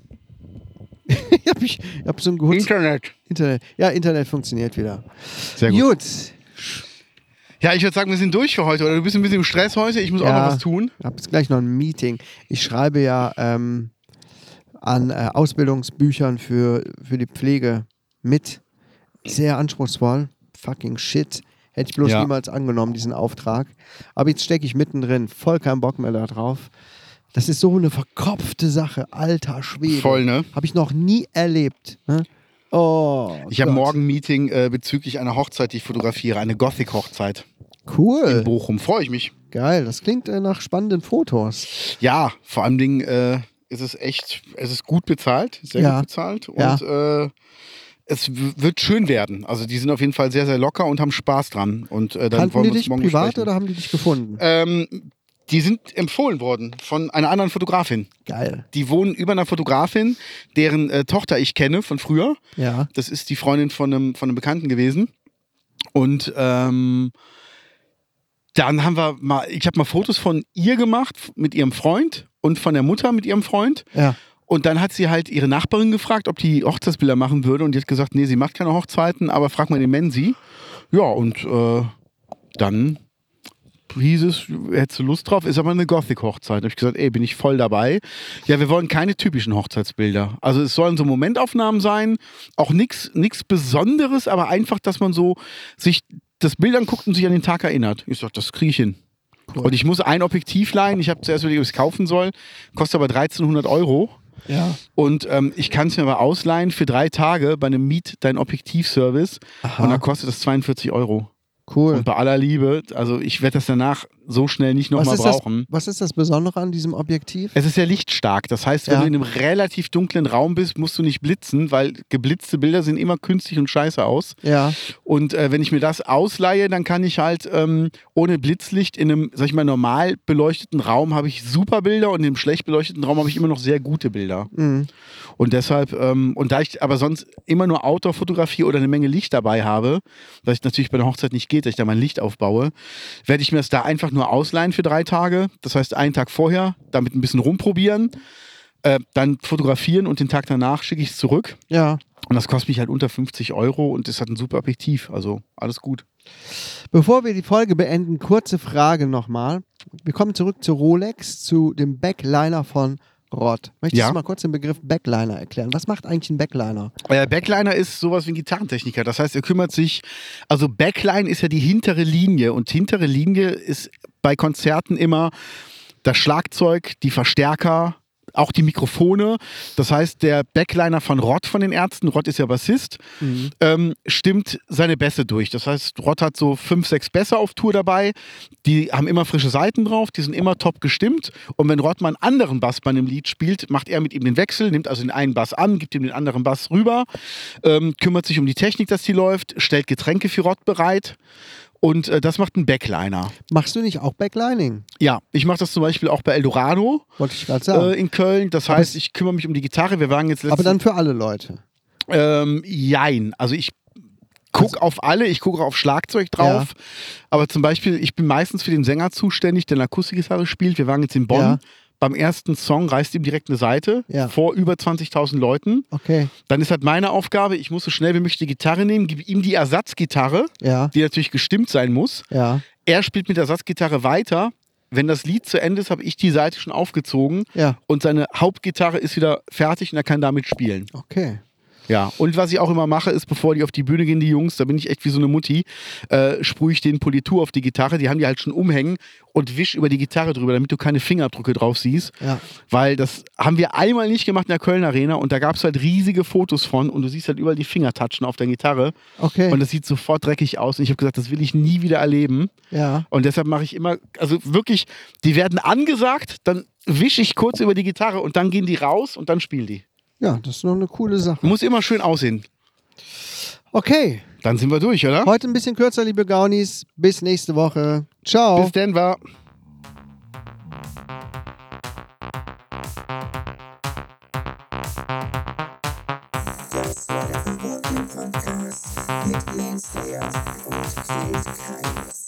C: ich habe ich hab so ein gutes
B: Internet.
C: Internet. Ja, Internet funktioniert wieder.
B: Sehr gut.
C: gut.
B: Ja, ich würde sagen, wir sind durch für heute. Oder du bist ein bisschen im Stress heute. Ich muss auch noch was tun.
C: Ich habe jetzt gleich noch ein Meeting. Ich schreibe ja ähm, an äh, Ausbildungsbüchern für, für die Pflege mit. Sehr anspruchsvoll. Fucking shit. Hätte ich bloß
B: Ja.
C: niemals angenommen, diesen Auftrag. Aber jetzt stecke ich mittendrin. Voll keinen Bock mehr da drauf. Das ist so eine verkopfte Sache. Alter Schwede.
B: Voll, ne?
C: Habe ich noch nie erlebt. Ne? Oh.
B: Ich habe
C: Gott.
B: morgen ein Meeting äh, bezüglich einer Hochzeit, die ich fotografiere. Eine Gothic-Hochzeit in
C: Cool.
B: Bochum. Freue ich mich.
C: Geil. Das klingt äh, nach spannenden Fotos.
B: Ja, vor allem Dingen äh, ist es echt, es ist gut bezahlt, sehr
C: Ja.
B: gut bezahlt. Und äh, es w- wird schön werden. Also die sind auf jeden Fall sehr, sehr locker und haben Spaß dran. Und äh, dann
C: Kannten
B: wollen
C: die
B: wir uns
C: dich
B: morgen
C: privat
B: besprechen.
C: oder haben die dich gefunden?
B: Ähm, die sind empfohlen worden von einer anderen Fotografin.
C: Geil.
B: Die wohnen über einer Fotografin, deren äh, Tochter ich kenne von früher.
C: Ja.
B: Das ist die Freundin von einem, von einem Bekannten gewesen. Und ähm, dann haben wir mal, ich habe mal Fotos von ihr gemacht f- mit ihrem Freund und von der Mutter mit ihrem Freund.
C: Ja.
B: Und dann hat sie halt ihre Nachbarin gefragt, ob die Hochzeitsbilder machen würde. Und die hat gesagt, nee, sie macht keine Hochzeiten, aber frag mal den Menzi. Ja, und äh, dann hieß es, hättest du Lust drauf, ist aber eine Gothic-Hochzeit. Da habe ich gesagt, ey, bin ich voll dabei. Ja, wir wollen keine typischen Hochzeitsbilder. Also es sollen so Momentaufnahmen sein, auch nichts nix Besonderes, aber einfach, dass man so sich das Bild anguckt und sich an den Tag erinnert. Ich sag, das kriege ich hin.
C: Cool.
B: Und ich muss ein Objektiv leihen. Ich habe zuerst überlegt, ob ich es kaufen soll. Kostet aber 1300 Euro.
C: Ja.
B: Und ähm, ich kann es mir aber ausleihen für drei Tage bei einem Miet dein Objektivservice.
C: Aha.
B: Und da kostet das 42 Euro.
C: Cool.
B: Und bei aller Liebe, also ich werde das danach so schnell nicht nochmal
C: ist das,
B: brauchen.
C: was ist das Besondere an diesem Objektiv?
B: Es ist ja lichtstark. Das heißt, wenn
C: Ja.
B: du in einem relativ dunklen Raum bist, musst du nicht blitzen, weil geblitzte Bilder sehen immer künstlich und scheiße aus.
C: Ja.
B: Und äh, wenn ich mir das ausleihe, dann kann ich halt ähm, ohne Blitzlicht in einem, sag ich mal, normal beleuchteten Raum habe ich super Bilder und in einem schlecht beleuchteten Raum habe ich immer noch sehr gute Bilder.
C: Mhm.
B: Und deshalb, ähm, und da ich aber sonst immer nur Outdoor-Fotografie oder eine Menge Licht dabei habe, weil es natürlich bei der Hochzeit nicht geht, dass ich da mein Licht aufbaue, werde ich mir das da einfach nur ausleihen für drei Tage. Das heißt, einen Tag vorher, damit ein bisschen rumprobieren, äh, dann fotografieren und den Tag danach schicke ich es zurück.
C: Ja.
B: Und das kostet mich halt unter 50 Euro und es hat ein super Objektiv. Also alles gut.
C: Bevor wir die Folge beenden, kurze Frage nochmal. Wir kommen zurück zu Rolex, zu dem Backliner von Rod. Möchtest
B: Ja.
C: du mal kurz den Begriff Backliner erklären? Was macht eigentlich ein Backliner?
B: Euer Äh, Backliner ist sowas wie ein Gitarrentechniker. Das heißt, er kümmert sich, also Backline ist ja die hintere Linie und hintere Linie ist bei Konzerten immer das Schlagzeug, die Verstärker, auch die Mikrofone. Das heißt, der Backliner von Rod von den Ärzten, Rod ist ja Bassist, ähm, stimmt seine Bässe durch. Das heißt, Rod hat so fünf, sechs Bässe auf Tour dabei. Die haben immer frische Saiten drauf, die sind immer top gestimmt. Und wenn Rod mal einen anderen Bass bei einem Lied spielt, macht er mit ihm den Wechsel, nimmt also den einen Bass an, gibt ihm den anderen Bass rüber, ähm, kümmert sich um die Technik, dass die läuft, stellt Getränke für Rod bereit. Und äh, das macht ein Backliner.
C: Machst du nicht auch Backlining?
B: Ja, ich mache das zum Beispiel auch bei Eldorado
C: Wollte ich gerade sagen.
B: äh, in Köln. Das
C: Aber
B: heißt,
C: es-
B: ich kümmere mich um die Gitarre. Wir waren jetzt
C: Aber
B: letztens
C: dann für alle Leute.
B: ähm, jein. Also ich
C: Also
B: gucke auf alle, ich gucke auf Schlagzeug drauf. Aber zum Beispiel, ich bin meistens für den Sänger zuständig, der eine Akustikgitarre spielt. Wir waren jetzt in Bonn.
C: Ja.
B: Beim ersten Song reißt ihm direkt eine Seite
C: Ja.
B: vor über 20.000 Leuten.
C: Okay.
B: Dann ist halt meine Aufgabe, ich muss so schnell wie möglich die Gitarre nehmen, gebe ihm die Ersatzgitarre,
C: Ja.
B: die natürlich gestimmt sein muss.
C: Ja.
B: Er spielt mit der Ersatzgitarre weiter. Wenn das Lied zu Ende ist, habe ich die Seite schon aufgezogen
C: Ja.
B: und seine Hauptgitarre ist wieder fertig und er kann damit spielen.
C: Okay.
B: Ja, und was ich auch immer mache, ist, bevor die auf die Bühne gehen, die Jungs, da bin ich echt wie so eine Mutti, äh, sprühe ich den Politur auf die Gitarre, die haben die halt schon umhängen und wisch über die Gitarre drüber, damit du keine Fingerabdrücke drauf siehst.
C: Ja.
B: Weil das haben wir einmal nicht gemacht in der Köln Arena und da gab es halt riesige Fotos von und du siehst halt überall die Fingertatschen auf der Gitarre
C: Okay.
B: und das sieht sofort dreckig aus und ich habe gesagt, das will ich nie wieder erleben.
C: ja.
B: Und deshalb mache ich immer, also wirklich, die werden angesagt, dann wische ich kurz über die Gitarre und dann gehen die raus und dann spielen die.
C: Ja, das ist noch eine coole Sache.
B: Muss immer schön aussehen.
C: Okay.
B: Dann sind wir durch, oder?
C: Heute ein bisschen kürzer, liebe Gaunis. Bis nächste Woche. Ciao.
B: Bis dann war.
A: mit Lance Steuer und Dave Keines.